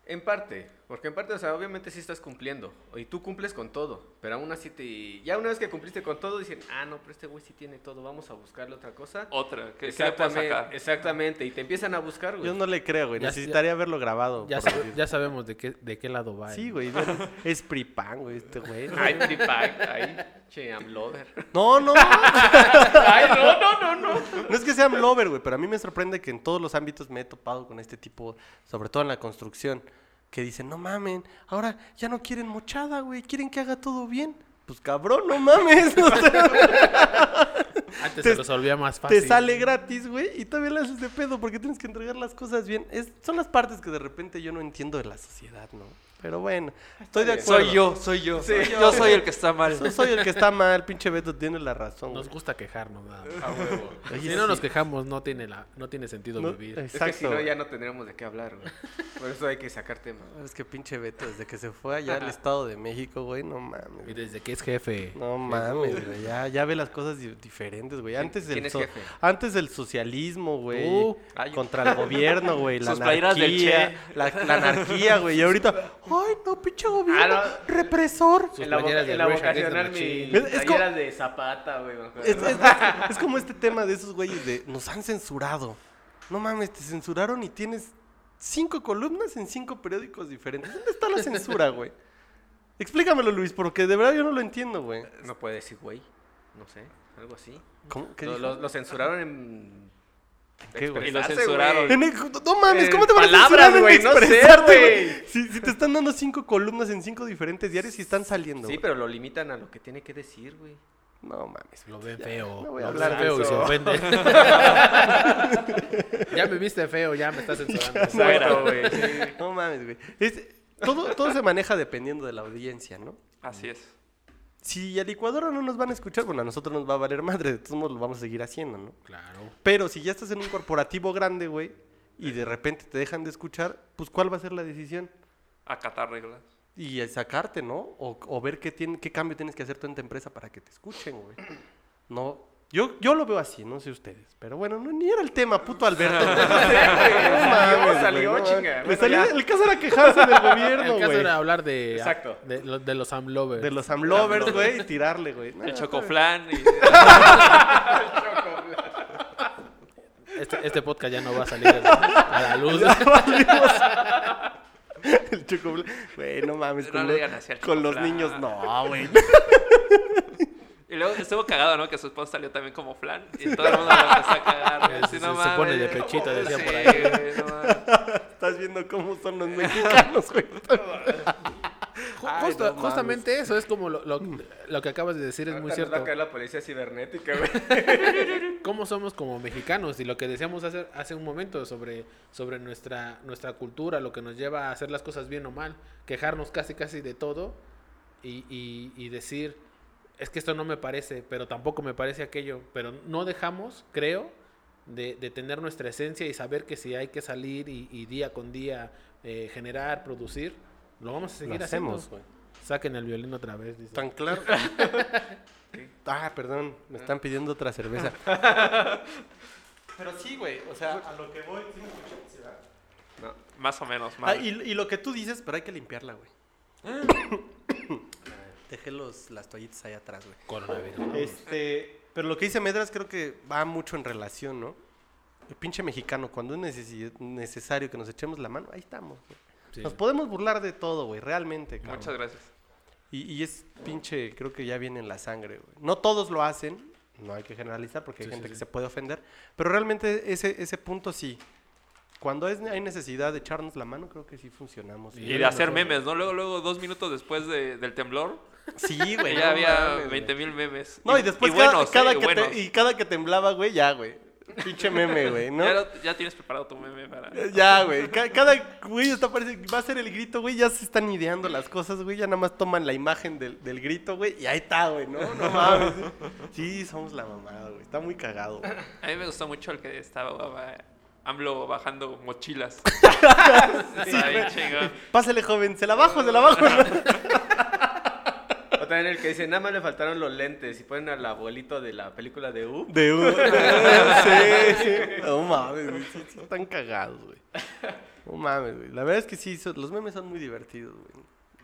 [SPEAKER 4] En parte, porque en parte, o sea, obviamente sí estás cumpliendo. Y tú cumples con todo. Pero aún así te. Ya una vez que cumpliste con todo, dicen, ah, no, pero este güey sí tiene todo. Vamos a buscarle otra cosa.
[SPEAKER 2] Otra. ¿Qué, qué le puedo sacar?
[SPEAKER 4] Exactamente, exactamente. Y te empiezan a buscar, güey.
[SPEAKER 1] Yo no le creo, güey.
[SPEAKER 3] Ya-
[SPEAKER 1] Necesitaría haberlo grabado.
[SPEAKER 3] Ya,
[SPEAKER 1] por
[SPEAKER 3] sa-
[SPEAKER 1] decir.
[SPEAKER 3] ya sabemos de qué, de qué lado va.
[SPEAKER 1] Sí,
[SPEAKER 3] el-
[SPEAKER 1] güey. no, Es pripan, güey, este güey.
[SPEAKER 4] Ay, Pripac, ay, che, I'm lover.
[SPEAKER 1] No, no.
[SPEAKER 4] Ay, no, no, no, no.
[SPEAKER 1] No es que sea un lover, güey, pero a mí me sorprende que en todos los ámbitos me he topado con este tipo, sobre todo en la construcción, que dicen, no mamen, ahora ya no quieren mochada, güey, quieren que haga todo bien. Pues cabrón, no mames, o sea,
[SPEAKER 3] Antes
[SPEAKER 1] Te-
[SPEAKER 3] se resolvía más fácil.
[SPEAKER 1] te sale gratis, güey, y todavía le haces de pedo porque tienes que entregar las cosas bien. Es- son las partes que de repente yo no entiendo de la sociedad, ¿no? Pero bueno, estoy de
[SPEAKER 4] bien.
[SPEAKER 1] acuerdo.
[SPEAKER 2] Soy yo, soy yo.
[SPEAKER 4] Sí.
[SPEAKER 2] soy yo. Yo soy el que está mal.
[SPEAKER 1] Yo soy el que está mal, pinche Beto tiene la razón.
[SPEAKER 3] Nos
[SPEAKER 1] güey.
[SPEAKER 3] gusta quejarnos, nada más.
[SPEAKER 4] A huevo.
[SPEAKER 1] Oye,
[SPEAKER 3] Si no
[SPEAKER 1] sí.
[SPEAKER 3] nos quejamos, no tiene, la, no tiene sentido
[SPEAKER 1] No,
[SPEAKER 3] vivir.
[SPEAKER 4] Es que si no,
[SPEAKER 1] güey.
[SPEAKER 4] ya no tendríamos de qué hablar, güey. Por eso hay que sacar temas.
[SPEAKER 1] Es que pinche Beto, desde que se fue allá al Estado de México, güey, no mames.
[SPEAKER 3] Y desde que es jefe.
[SPEAKER 1] No mames, güey. Ya, ya ve las cosas di- diferentes, güey. Antes,
[SPEAKER 4] quién
[SPEAKER 1] del
[SPEAKER 4] es
[SPEAKER 1] so-
[SPEAKER 4] jefe?
[SPEAKER 1] antes del socialismo, güey.
[SPEAKER 3] Tú.
[SPEAKER 4] Ay, yo-
[SPEAKER 1] contra el gobierno, güey. La
[SPEAKER 2] Sus playeras del
[SPEAKER 1] anarquía. La, la anarquía, güey. Y ahorita, ay, no, pinche gobierno.
[SPEAKER 4] Ah,
[SPEAKER 1] Represor.
[SPEAKER 3] Sus
[SPEAKER 4] en la,
[SPEAKER 3] playeras
[SPEAKER 4] voca-
[SPEAKER 3] de
[SPEAKER 4] en la
[SPEAKER 3] Rage Against the
[SPEAKER 4] vocacional, mi
[SPEAKER 3] Machine.
[SPEAKER 1] Es- es
[SPEAKER 4] playera de zapata, güey. me acuerdo.
[SPEAKER 1] Es, es- es como este tema de esos güeyes de nos han censurado. No mames, te censuraron y tienes cinco columnas en cinco periódicos diferentes. ¿Dónde está la censura, güey? Explícamelo, Luis, porque de verdad yo no lo entiendo, güey.
[SPEAKER 4] No puede decir, güey. No sé, algo así.
[SPEAKER 1] ¿Cómo? ¿Qué
[SPEAKER 4] Lo,
[SPEAKER 1] dijo?
[SPEAKER 4] lo- lo censuraron en.
[SPEAKER 1] ¿Qué, güey?
[SPEAKER 2] Y lo
[SPEAKER 4] expresarse,
[SPEAKER 2] censuraron.
[SPEAKER 4] güey.
[SPEAKER 1] En el- no mames,
[SPEAKER 4] Eh,
[SPEAKER 1] ¿cómo te van a
[SPEAKER 4] palabras,
[SPEAKER 1] censurar en
[SPEAKER 4] güey, no sé,
[SPEAKER 1] expresarte,
[SPEAKER 4] güey?
[SPEAKER 1] güey? Si, si te están dando cinco columnas en cinco diferentes diarios y están saliendo.
[SPEAKER 4] Sí,
[SPEAKER 1] güey.
[SPEAKER 4] pero lo limitan a lo que tiene que decir, güey.
[SPEAKER 1] No mames.
[SPEAKER 3] Lo ven feo.
[SPEAKER 1] no voy a
[SPEAKER 3] lo
[SPEAKER 1] hablar
[SPEAKER 3] ven
[SPEAKER 1] de
[SPEAKER 3] feo y
[SPEAKER 1] eso.
[SPEAKER 3] se ofende. ya me viste feo, ya me estás censurando.
[SPEAKER 2] Fuera.
[SPEAKER 4] Exacto, güey. sí.
[SPEAKER 1] No mames, güey. Es- todo, todo se maneja dependiendo de la audiencia, ¿no?
[SPEAKER 2] Así es.
[SPEAKER 1] Si a licuadora no nos van a escuchar, bueno, a nosotros nos va a valer madre, de todos modos lo vamos a seguir haciendo, ¿no?
[SPEAKER 3] Claro.
[SPEAKER 1] Pero si ya estás en un corporativo grande, güey, y de repente te dejan de escuchar, pues ¿cuál va a ser la decisión?
[SPEAKER 2] Acatar reglas.
[SPEAKER 1] Y el sacarte, ¿no? O, o ver qué, tiene, qué cambio tienes que hacer tú en tu empresa para que te escuchen, güey. No, yo, yo lo veo así, no sé ustedes. Pero bueno, no, ni era el tema, puto Alberto. güey. No mames,
[SPEAKER 4] Salió,
[SPEAKER 1] güey, no
[SPEAKER 4] salió,
[SPEAKER 1] mames.
[SPEAKER 4] chinga.
[SPEAKER 1] Le
[SPEAKER 4] Bueno,
[SPEAKER 1] salió-
[SPEAKER 4] ya.
[SPEAKER 1] el caso era quejarse del
[SPEAKER 3] El
[SPEAKER 1] gobierno,
[SPEAKER 3] caso
[SPEAKER 1] güey.
[SPEAKER 3] era hablar de,
[SPEAKER 4] Exacto.
[SPEAKER 3] de, lo- de los Sam Lovers.
[SPEAKER 1] De los amlovers, güey, y tirarle, güey. No,
[SPEAKER 2] El
[SPEAKER 1] no,
[SPEAKER 2] chocoflan y...
[SPEAKER 3] Este, este podcast ya no va a salir a la, a la luz.
[SPEAKER 1] El chocoflan. Güey, no mames.
[SPEAKER 2] No
[SPEAKER 1] con
[SPEAKER 2] le
[SPEAKER 1] los-
[SPEAKER 2] digan así al
[SPEAKER 1] con los
[SPEAKER 2] chocoflan.
[SPEAKER 1] niños, no, güey.
[SPEAKER 2] Y Y luego estuvo cagado, ¿no? Que su esposo salió también como flan. Y todo el mundo lo empezó a cagar. güey.
[SPEAKER 3] Sí,
[SPEAKER 2] Así,
[SPEAKER 3] sí,
[SPEAKER 2] no
[SPEAKER 3] se
[SPEAKER 2] mames,
[SPEAKER 3] pone de
[SPEAKER 2] yo-
[SPEAKER 3] pechito, decía por
[SPEAKER 2] Sí,
[SPEAKER 3] ahí.
[SPEAKER 2] güey, no mames.
[SPEAKER 1] Estás viendo cómo son los mexicanos, güey.
[SPEAKER 3] Ju-
[SPEAKER 1] Ay,
[SPEAKER 3] justa-
[SPEAKER 1] no mames.
[SPEAKER 3] justamente eso es como lo, lo- lo que acabas de decir, es muy
[SPEAKER 4] Ahorita nos va a
[SPEAKER 3] cierto.
[SPEAKER 4] caer la policía cibernética, güey.
[SPEAKER 3] ¿Cómo somos como mexicanos? Y lo que decíamos hace, hace un momento sobre, sobre nuestra, nuestra cultura, lo que nos lleva a hacer las cosas bien o mal, quejarnos casi casi de todo y, y- y decir, es que esto no me parece, pero tampoco me parece aquello, pero no dejamos, creo, de, de tener nuestra esencia y saber que si hay que salir y, y día con día eh, generar, producir, lo vamos a seguir
[SPEAKER 1] Lo
[SPEAKER 3] haciendo.
[SPEAKER 1] hacemos, güey.
[SPEAKER 3] Saquen el violín otra vez. dice.
[SPEAKER 1] Tan claro. ah, perdón, me están pidiendo otra cerveza. Pero sí, güey, o sea, a lo que voy. ¿sí me escuchan? ¿Sí, verdad?
[SPEAKER 2] Más o menos,
[SPEAKER 1] Ah,
[SPEAKER 2] mal.
[SPEAKER 1] y, y lo que tú dices, pero hay que limpiarla, güey. Dejé los, las toallitas ahí atrás, güey.
[SPEAKER 3] Coronavirus.
[SPEAKER 1] Este, pero lo que dice Medras creo que va mucho en relación, ¿no? El pinche mexicano, cuando es necesi- necesario que nos echemos la mano, ahí estamos. güey.
[SPEAKER 3] Sí.
[SPEAKER 1] Nos podemos burlar de todo, güey, realmente. cabrón.
[SPEAKER 2] Muchas gracias.
[SPEAKER 1] Y, y es pinche, creo que ya viene en la sangre, güey. No todos lo hacen, no hay que generalizar porque hay
[SPEAKER 3] Sí,
[SPEAKER 1] gente
[SPEAKER 3] sí,
[SPEAKER 1] que
[SPEAKER 3] sí.
[SPEAKER 1] se puede ofender, pero realmente ese, ese punto sí. Cuando es- hay necesidad de echarnos la mano, creo que sí funcionamos.
[SPEAKER 3] Y
[SPEAKER 2] Y
[SPEAKER 1] güey.
[SPEAKER 2] de hacer memes, ¿no? Luego, luego, dos minutos después de- del temblor,
[SPEAKER 1] Sí, güey.
[SPEAKER 2] ya
[SPEAKER 1] no
[SPEAKER 2] había
[SPEAKER 1] mames, güey.
[SPEAKER 2] 20 mil memes.
[SPEAKER 1] No, y después cada,
[SPEAKER 2] buenos,
[SPEAKER 1] cada
[SPEAKER 2] ¿eh?
[SPEAKER 1] que te-
[SPEAKER 2] buenos.
[SPEAKER 1] y cada que temblaba, güey, ya, güey. Pinche meme, güey, ¿no?
[SPEAKER 2] Ya, lo- ya tienes preparado tu meme para...
[SPEAKER 1] Ya, güey. Ca- Cada güey está parece va a ser el grito, güey. Ya se están ideando las cosas, güey. Ya nada más toman la imagen del, del grito, güey. Y ahí está, güey, ¿no? No mames. Sí, somos la mamada, güey. Está muy cagado, güey.
[SPEAKER 2] A mí me gustó mucho el que estaba AMLO bajando mochilas. Está bien chingón.
[SPEAKER 1] Pásale, joven. Se la bajo, se la bajo.
[SPEAKER 4] O también el que dice, nada más le faltaron los lentes. Y ponen al abuelito de la película de U.
[SPEAKER 1] De un... Sí, sí. No mames, güey. Sí, sí, están cagados, güey. No mames, güey. La verdad es que sí, son- los memes son muy divertidos, güey.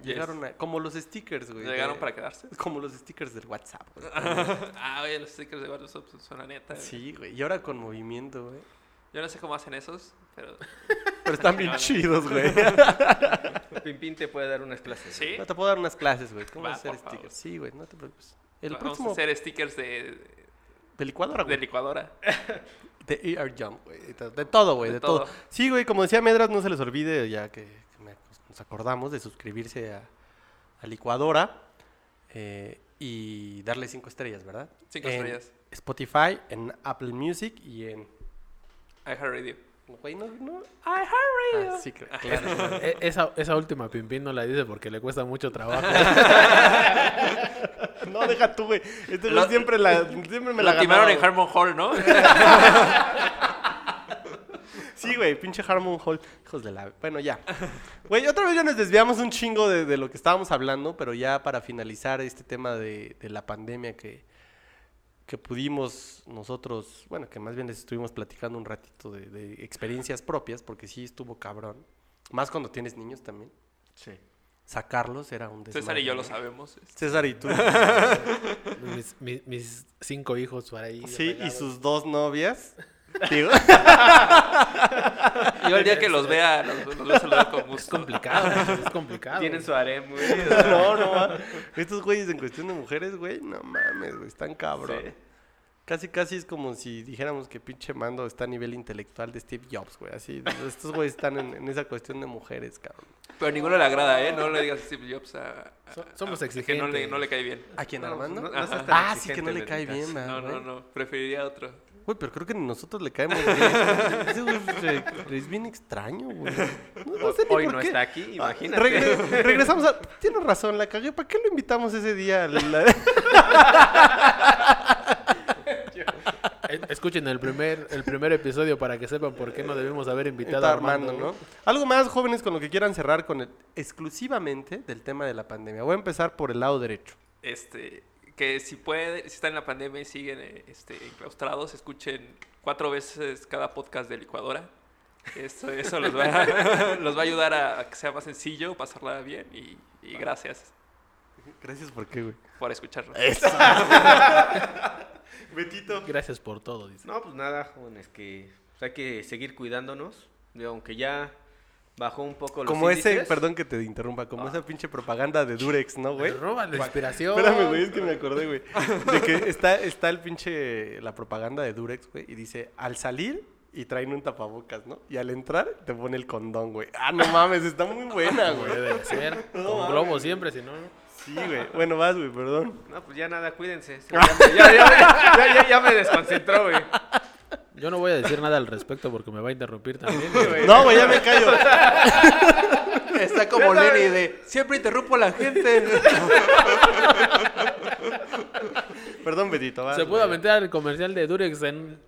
[SPEAKER 1] Llegaron a... Como los stickers, güey.
[SPEAKER 2] Llegaron
[SPEAKER 1] de-
[SPEAKER 2] para quedarse.
[SPEAKER 1] Como los stickers del WhatsApp, güey.
[SPEAKER 2] ah, oye, los stickers de WhatsApp son la neta.
[SPEAKER 1] Sí, güey. Y ahora con movimiento, güey.
[SPEAKER 2] Yo no sé cómo hacen esos, pero...
[SPEAKER 1] Pero están bien chidos, güey.
[SPEAKER 4] Pimpín te puede dar unas clases.
[SPEAKER 2] Sí.
[SPEAKER 1] No te puedo dar unas clases, güey. ¿Cómo
[SPEAKER 2] Va,
[SPEAKER 1] hacer
[SPEAKER 2] por favor.
[SPEAKER 1] stickers? Sí, güey, no te preocupes. El
[SPEAKER 2] Vamos
[SPEAKER 1] próximo
[SPEAKER 2] a hacer stickers de,
[SPEAKER 1] de licuadora,
[SPEAKER 2] de
[SPEAKER 1] güey.
[SPEAKER 2] licuadora.
[SPEAKER 1] De ER Jump, güey. De, de todo, güey, de,
[SPEAKER 2] De
[SPEAKER 1] todo.
[SPEAKER 2] todo.
[SPEAKER 1] Sí, güey, como decía Medras, no se les olvide, ya que, que me- nos acordamos de suscribirse a, a Licuadora eh, y darle cinco estrellas, ¿verdad?
[SPEAKER 2] Cinco
[SPEAKER 1] En
[SPEAKER 2] estrellas.
[SPEAKER 1] Spotify, en Apple Music y en...
[SPEAKER 2] I Heart Radio.
[SPEAKER 1] Güey, no, no.
[SPEAKER 2] I
[SPEAKER 1] Ah, sí, cl- claro.
[SPEAKER 3] E- Esa, esa última Pimpín no la dice porque le cuesta mucho trabajo.
[SPEAKER 1] no, deja tú, güey. Este güey
[SPEAKER 2] Lo-
[SPEAKER 1] siempre, la, siempre me
[SPEAKER 2] Me la
[SPEAKER 1] la ganaba,
[SPEAKER 2] timaron en
[SPEAKER 1] güey.
[SPEAKER 2] Harmon Hall, ¿no?
[SPEAKER 1] Sí, güey, pinche Harmon Hall. Hijos de la. Bueno, ya. Güey, otra vez ya nos desviamos un chingo de, de lo que estábamos hablando, pero ya para finalizar este tema de, de la pandemia que, que pudimos nosotros, bueno, que más bien les estuvimos platicando un ratito de, de experiencias propias, porque sí estuvo cabrón. Más cuando tienes niños también.
[SPEAKER 4] Sí.
[SPEAKER 1] Sacarlos era un desmadre.
[SPEAKER 2] César y yo lo
[SPEAKER 1] ¿no?
[SPEAKER 2] sabemos.
[SPEAKER 1] César y tú.
[SPEAKER 3] mis, mi- mis cinco hijos por ahí.
[SPEAKER 1] sí, y
[SPEAKER 3] regados.
[SPEAKER 1] sus dos novias. Digo,
[SPEAKER 2] Yo el día que los vea, los, los voy a saludar con gusto.
[SPEAKER 3] Complicado, es complicado.
[SPEAKER 4] Tienen su harem, güey.
[SPEAKER 1] no, no. ma. Estos güeyes en cuestión de mujeres, güey, no mames, güey, están cabrón.
[SPEAKER 4] Sí.
[SPEAKER 1] Casi, casi es como si dijéramos que pinche mando está a nivel intelectual de Steve Jobs, güey. Así, estos güeyes están en, en esa cuestión de mujeres, cabrón.
[SPEAKER 2] Pero a ninguno le agrada, ¿eh? No le digas a Steve Jobs a... a-
[SPEAKER 3] So- somos
[SPEAKER 2] a- Que no le,
[SPEAKER 3] exigentes.
[SPEAKER 2] no le cae bien.
[SPEAKER 1] ¿A quién,
[SPEAKER 4] No,
[SPEAKER 1] Armando?
[SPEAKER 4] no- no seas
[SPEAKER 1] Ajá.
[SPEAKER 4] tan
[SPEAKER 1] ah, sí, que no
[SPEAKER 4] exigente,
[SPEAKER 1] le cae
[SPEAKER 4] Lenicas.
[SPEAKER 1] bien,
[SPEAKER 2] No,
[SPEAKER 1] ¿verdad,
[SPEAKER 2] no,
[SPEAKER 1] güey?
[SPEAKER 2] no. Preferiría otro.
[SPEAKER 1] Güey, pero creo que nosotros le caemos bien. Ese güey re- es bien extraño, güey. No, no sé ni
[SPEAKER 4] Hoy
[SPEAKER 1] por
[SPEAKER 4] no
[SPEAKER 1] qué.
[SPEAKER 4] está aquí,
[SPEAKER 1] Ah,
[SPEAKER 4] imagínate.
[SPEAKER 1] regre- regresamos a... Tienes razón, la cagué. ¿Para qué lo invitamos ese día? a la-
[SPEAKER 3] Eh, Escuchen el primer, el primer episodio para que sepan por qué no debimos haber invitado
[SPEAKER 1] Está
[SPEAKER 3] a Armando.
[SPEAKER 1] ¿no? Algo más, jóvenes, con lo que quieran cerrar con el, exclusivamente del tema de la pandemia. Voy a empezar por el lado derecho.
[SPEAKER 2] Este... Que si puede, si están en la pandemia y siguen eh, este, enclaustrados, escuchen cuatro veces cada podcast de licuadora. Eso, eso los, va a, los va a ayudar a, a que sea más sencillo, pasarla bien y, y gracias
[SPEAKER 1] Gracias, ¿por qué, güey?
[SPEAKER 2] por escucharnos.
[SPEAKER 1] Betito.
[SPEAKER 3] Gracias por todo, dice.
[SPEAKER 4] No, pues nada, jóvenes, que pues, hay que seguir cuidándonos. Digo, Aunque ya bajó un poco los
[SPEAKER 1] Como ese,
[SPEAKER 4] índices.
[SPEAKER 1] perdón que te interrumpa, como
[SPEAKER 4] Ah.
[SPEAKER 1] esa pinche propaganda de Durex, ¿no, güey?
[SPEAKER 3] Te roban la inspiración.
[SPEAKER 1] Espérame, güey, es que me acordé, güey. De que está, está el pinche, la propaganda de Durex, güey, y dice, al salir y traen un tapabocas, ¿no? Y al entrar te pone el condón, güey. Ah, no mames, está muy buena,
[SPEAKER 3] Güey,
[SPEAKER 1] güey.
[SPEAKER 3] debe de ser.
[SPEAKER 1] No
[SPEAKER 3] Con
[SPEAKER 1] mames.
[SPEAKER 3] globo siempre, si no.
[SPEAKER 1] Sí, güey. Bueno, vas, güey, perdón.
[SPEAKER 4] No, pues ya nada, cuídense. Ya, ya, ya- ya- ya- ya me desconcentró, güey.
[SPEAKER 3] Yo no voy a decir nada al respecto porque me va a interrumpir también.
[SPEAKER 1] No, güey, ya me callo.
[SPEAKER 2] Está como
[SPEAKER 4] Ya sabes.
[SPEAKER 2] Lenny de siempre interrumpo a la gente.
[SPEAKER 1] Perdón, Betito, vas.
[SPEAKER 3] Se pudo
[SPEAKER 1] güey.
[SPEAKER 3] meter el comercial de Durex en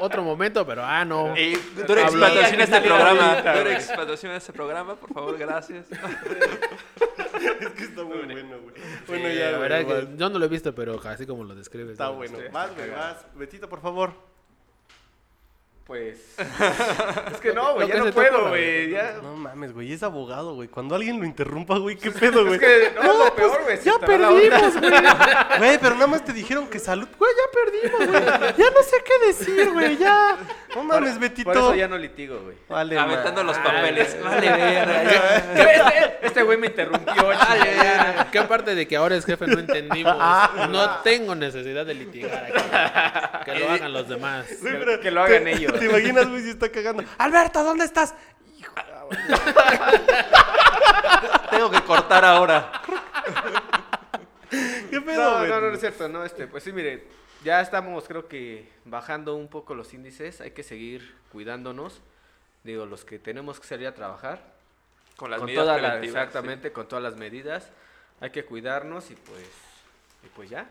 [SPEAKER 3] otro momento, pero ah, no.
[SPEAKER 2] Y Durex
[SPEAKER 3] Hablo-
[SPEAKER 2] patrocina este
[SPEAKER 4] Hablo-
[SPEAKER 2] programa.
[SPEAKER 4] Hablo-
[SPEAKER 2] Durex patrocina este programa, por favor, gracias.
[SPEAKER 1] Es que está muy bueno, güey.
[SPEAKER 3] Sí,
[SPEAKER 1] Bueno, ya,
[SPEAKER 3] la
[SPEAKER 1] güey,
[SPEAKER 3] verdad que
[SPEAKER 1] vas.
[SPEAKER 3] yo no lo he visto, pero así como lo describes.
[SPEAKER 1] Está
[SPEAKER 3] ¿no?
[SPEAKER 1] bueno.
[SPEAKER 4] Sí,
[SPEAKER 1] Vas,
[SPEAKER 4] está
[SPEAKER 1] güey,
[SPEAKER 4] cagado.
[SPEAKER 1] vas. Betito, por favor.
[SPEAKER 4] Pues. Es que no,
[SPEAKER 3] Lo
[SPEAKER 4] güey,
[SPEAKER 3] que
[SPEAKER 4] ya no
[SPEAKER 3] se
[SPEAKER 4] puedo,
[SPEAKER 3] toca,
[SPEAKER 4] güey. Eh, Ya.
[SPEAKER 1] No mames, güey, es abogado, güey. Cuando alguien lo interrumpa, güey, qué pedo, güey.
[SPEAKER 4] Es que no, es lo peor, güey. se
[SPEAKER 1] pues, Ya
[SPEAKER 4] te va la onda.
[SPEAKER 1] perdimos, güey. Güey, pero nada más te dijeron que salud. Güey, ya perdimos, güey. Ya no sé qué decir, güey. Ya. No
[SPEAKER 4] Por-
[SPEAKER 1] mames, Betito.
[SPEAKER 4] Por eso ya no litigo, güey.
[SPEAKER 1] Vale,
[SPEAKER 2] Aventando
[SPEAKER 1] ma-
[SPEAKER 2] los
[SPEAKER 4] Ay,
[SPEAKER 2] papeles.
[SPEAKER 4] güey.
[SPEAKER 2] Vale, verga.
[SPEAKER 4] Este este güey me interrumpió. chingada.
[SPEAKER 3] ¿Qué parte de que ahora es jefe no entendimos? Ah, No tengo necesidad de litigar aquí. Que lo hagan los demás.
[SPEAKER 1] Güey, pero
[SPEAKER 4] que lo hagan
[SPEAKER 1] te-
[SPEAKER 4] ellos.
[SPEAKER 1] ¿Te imaginas, güey, si está cagando? Alberto, ¿dónde estás? Hijo.
[SPEAKER 2] Tengo que cortar ahora.
[SPEAKER 1] ¿Qué pedo,
[SPEAKER 4] No,
[SPEAKER 1] güey?
[SPEAKER 4] no, no, no es cierto, no, este, pues sí, mire, ya estamos creo que bajando un poco los índices, hay que seguir cuidándonos, digo, los que tenemos que salir a trabajar,
[SPEAKER 2] Con las
[SPEAKER 4] con
[SPEAKER 2] medidas
[SPEAKER 4] todas las,
[SPEAKER 2] preventivas,
[SPEAKER 4] exactamente, con todas las medidas, hay que cuidarnos y pues, y pues ya,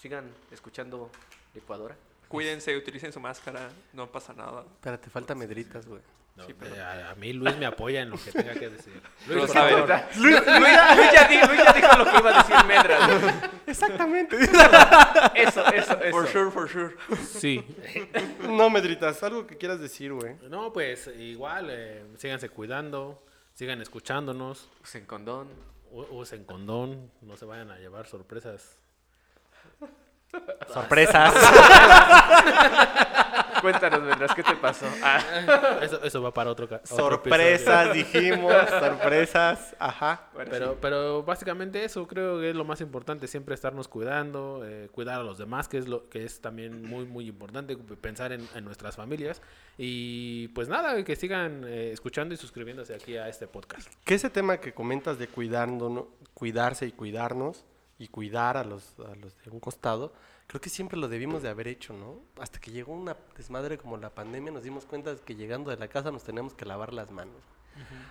[SPEAKER 4] sigan escuchando Licuadora.
[SPEAKER 2] sí. Cuídense, utilicen su máscara, no pasa nada.
[SPEAKER 1] Espérate, falta medritas, güey.
[SPEAKER 3] No,
[SPEAKER 2] Sí,
[SPEAKER 3] eh, a, a mí Luis me apoya en lo que tenga que decir.
[SPEAKER 2] Lo
[SPEAKER 3] por
[SPEAKER 2] sabe.
[SPEAKER 3] favor.
[SPEAKER 4] Luis, Luis ya di- Luis ya dijo lo que iba a decir Medra,
[SPEAKER 1] Exactamente.
[SPEAKER 4] eso, eso, eso.
[SPEAKER 2] For sure, for sure.
[SPEAKER 3] Sí.
[SPEAKER 1] No, medritas, algo que quieras decir, güey.
[SPEAKER 3] No, pues igual, eh, síganse cuidando, sigan escuchándonos,
[SPEAKER 4] Usen Pues, condón,
[SPEAKER 3] u- usen condón, no se vayan a llevar sorpresas.
[SPEAKER 1] Sorpresas.
[SPEAKER 4] cuéntanos, Medras, ¿qué te pasó? Ah,
[SPEAKER 3] Eso, eso va para otro ca- otro episodio.
[SPEAKER 1] Sorpresas, dijimos. Sorpresas. Ajá.
[SPEAKER 4] bueno,
[SPEAKER 3] Pero, pero básicamente eso creo que es lo más importante, siempre estarnos cuidando, eh, cuidar a los demás, que es lo que es también muy, muy importante, pensar en, en nuestras familias. Y pues nada, que sigan eh, escuchando y suscribiéndose aquí a este podcast.
[SPEAKER 1] Que ese tema que comentas de cuidándonos, cuidarse y cuidarnos y cuidar a los, a los de un costado, creo que siempre lo debimos de haber hecho, ¿no? Hasta que llegó una desmadre como la pandemia, nos dimos cuenta que llegando de la casa nos teníamos que lavar las manos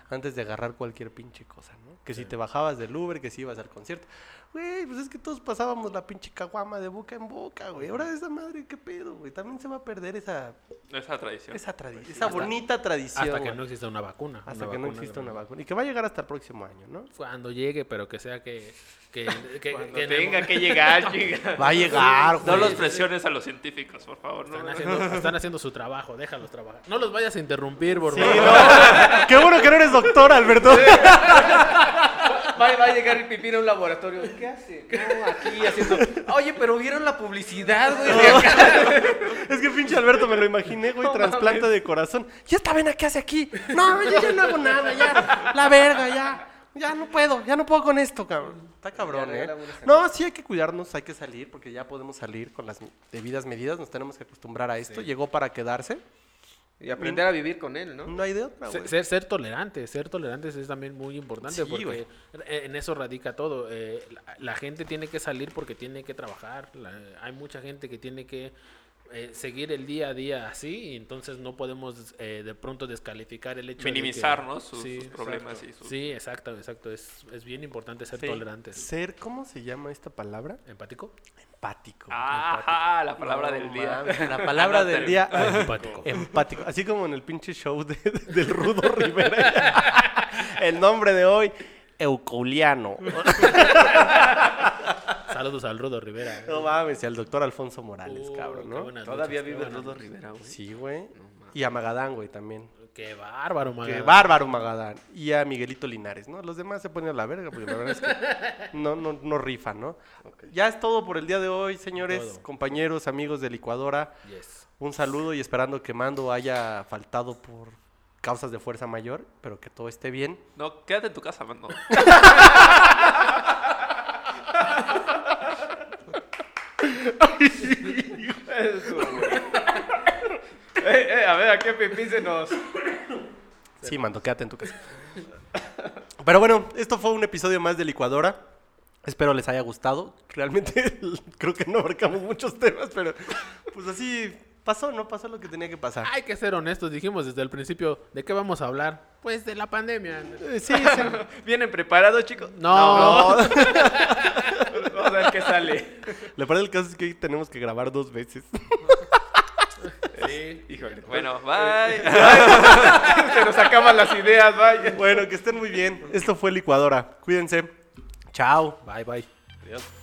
[SPEAKER 1] antes de agarrar cualquier pinche cosa, ¿no? Que si te bajabas del Uber, que si ibas al concierto. Güey, pues es que todos pasábamos la pinche caguama de boca en boca, güey. Ahora esa madre, qué pedo, güey. También se va a perder esa,
[SPEAKER 2] Esa tradición.
[SPEAKER 1] esa, tradi- esa bonita tradición.
[SPEAKER 3] Hasta que
[SPEAKER 1] güey.
[SPEAKER 3] no exista una vacuna.
[SPEAKER 1] Hasta que no
[SPEAKER 3] vacuna,
[SPEAKER 1] exista una
[SPEAKER 3] ¿verdad?
[SPEAKER 1] vacuna. Y que va a llegar hasta el próximo año, ¿no?
[SPEAKER 3] Cuando llegue, pero que sea que... que, que-
[SPEAKER 4] cuando
[SPEAKER 3] que en el
[SPEAKER 4] tenga que llegar, chinga.
[SPEAKER 1] Va a llegar,
[SPEAKER 2] No
[SPEAKER 1] güey.
[SPEAKER 2] los presiones a los científicos, por favor.
[SPEAKER 3] Están
[SPEAKER 2] No,
[SPEAKER 3] haciendo, están haciendo su trabajo, déjalos trabajar. No los vayas a interrumpir, por
[SPEAKER 1] Sí,
[SPEAKER 3] favor.
[SPEAKER 1] no. Qué bueno que no eres doctor, Alberto.
[SPEAKER 4] Va, va a llegar el pipín a un laboratorio. ¿Qué hace? No, aquí haciendo. Oye, pero vieron la publicidad, güey. de acá.
[SPEAKER 1] Es que pinche Alberto me lo imaginé, güey.
[SPEAKER 4] No
[SPEAKER 1] Transplante de corazón. Ya esta vena, ¿qué hace aquí? No, yo ya no hago nada, ya. La verga, ya. Ya no puedo, ya no puedo con esto, cabrón. Está cabrón,
[SPEAKER 4] Ya,
[SPEAKER 1] ¿eh?
[SPEAKER 4] regálame una
[SPEAKER 1] No, sí hay que cuidarnos, hay que salir, porque ya podemos salir con las debidas medidas. Nos tenemos que acostumbrar a esto. Llegó para quedarse.
[SPEAKER 4] Y aprender a vivir con él, ¿no?
[SPEAKER 1] No hay de otra,
[SPEAKER 3] Se-
[SPEAKER 1] Ah, güey.
[SPEAKER 3] Ser, ser tolerantes, ser tolerantes es también muy importante
[SPEAKER 1] Sí,
[SPEAKER 3] porque e,
[SPEAKER 1] güey.
[SPEAKER 3] en eso radica todo. Eh, la, la gente tiene que salir porque tiene que trabajar. La- hay mucha gente que tiene que eh, seguir el día a día así y entonces no podemos eh, de pronto descalificar el hecho
[SPEAKER 2] minimizar,
[SPEAKER 3] de que,
[SPEAKER 2] ¿no? Sus,
[SPEAKER 3] Sí,
[SPEAKER 2] sus problemas y sus...
[SPEAKER 3] Sí, exacto, exacto. Es, es bien importante ser
[SPEAKER 1] Sí.
[SPEAKER 3] tolerantes.
[SPEAKER 1] Ser, ¿cómo se llama esta palabra?
[SPEAKER 3] ¿Empático?
[SPEAKER 1] Empático.
[SPEAKER 2] Ajá, la palabra
[SPEAKER 1] No
[SPEAKER 2] del día.
[SPEAKER 1] mames, La palabra del día.
[SPEAKER 3] Ah, empático.
[SPEAKER 1] Empático. Así como en el pinche show de- del Rudo Rivera. el nombre de hoy, Eucoliano.
[SPEAKER 3] Saludos al Rudo Rivera.
[SPEAKER 1] No mames, y al doctor Alfonso Morales,
[SPEAKER 3] Uh,
[SPEAKER 1] cabrón,
[SPEAKER 3] qué
[SPEAKER 1] ¿no?
[SPEAKER 3] buenas
[SPEAKER 4] Todavía
[SPEAKER 3] noches,
[SPEAKER 4] vive
[SPEAKER 3] qué
[SPEAKER 4] el
[SPEAKER 3] buenas
[SPEAKER 4] Rudo
[SPEAKER 3] noches.
[SPEAKER 4] Rivera, güey.
[SPEAKER 1] Sí, güey. Y a Magadán, güey, también.
[SPEAKER 3] Qué bárbaro, man.
[SPEAKER 1] Qué bárbaro Magadán. Y a Miguelito Linares, ¿no? Los demás se ponen a la verga, porque la verdad es que no, no, no rifan, ¿no? Ya es todo por el día de hoy, señores,
[SPEAKER 3] Todo.
[SPEAKER 1] compañeros, amigos de Licuadora.
[SPEAKER 3] Yes.
[SPEAKER 1] Un saludo y esperando que Mando haya faltado por causas de fuerza mayor, pero que todo esté bien.
[SPEAKER 2] No, quédate en tu casa, mano.
[SPEAKER 4] Eso, güey. Eh, eh, a ver, ¿a qué pipí se nos...?
[SPEAKER 1] Sí, mando, quédate en tu casa. Pero bueno, esto fue un episodio más de Licuadora. Espero les haya gustado. Realmente creo que no abarcamos muchos temas, pero pues así pasó, no pasó lo que tenía que pasar.
[SPEAKER 3] Hay que ser honestos, dijimos desde el principio, ¿de qué vamos a hablar? Pues de la pandemia.
[SPEAKER 1] Eh, Sí, sí.
[SPEAKER 4] ¿Vienen preparados, chicos?
[SPEAKER 3] No.
[SPEAKER 4] Vamos a ver qué sale.
[SPEAKER 1] La verdad del caso es que tenemos que grabar dos veces.
[SPEAKER 3] Sí.
[SPEAKER 4] Híjole.
[SPEAKER 2] Bueno, bye.
[SPEAKER 4] se nos acaban las ideas, vaya.
[SPEAKER 1] Bueno, que estén muy bien. Esto fue Licuadora. Cuídense. Chao.
[SPEAKER 3] Bye, bye.
[SPEAKER 4] Adiós.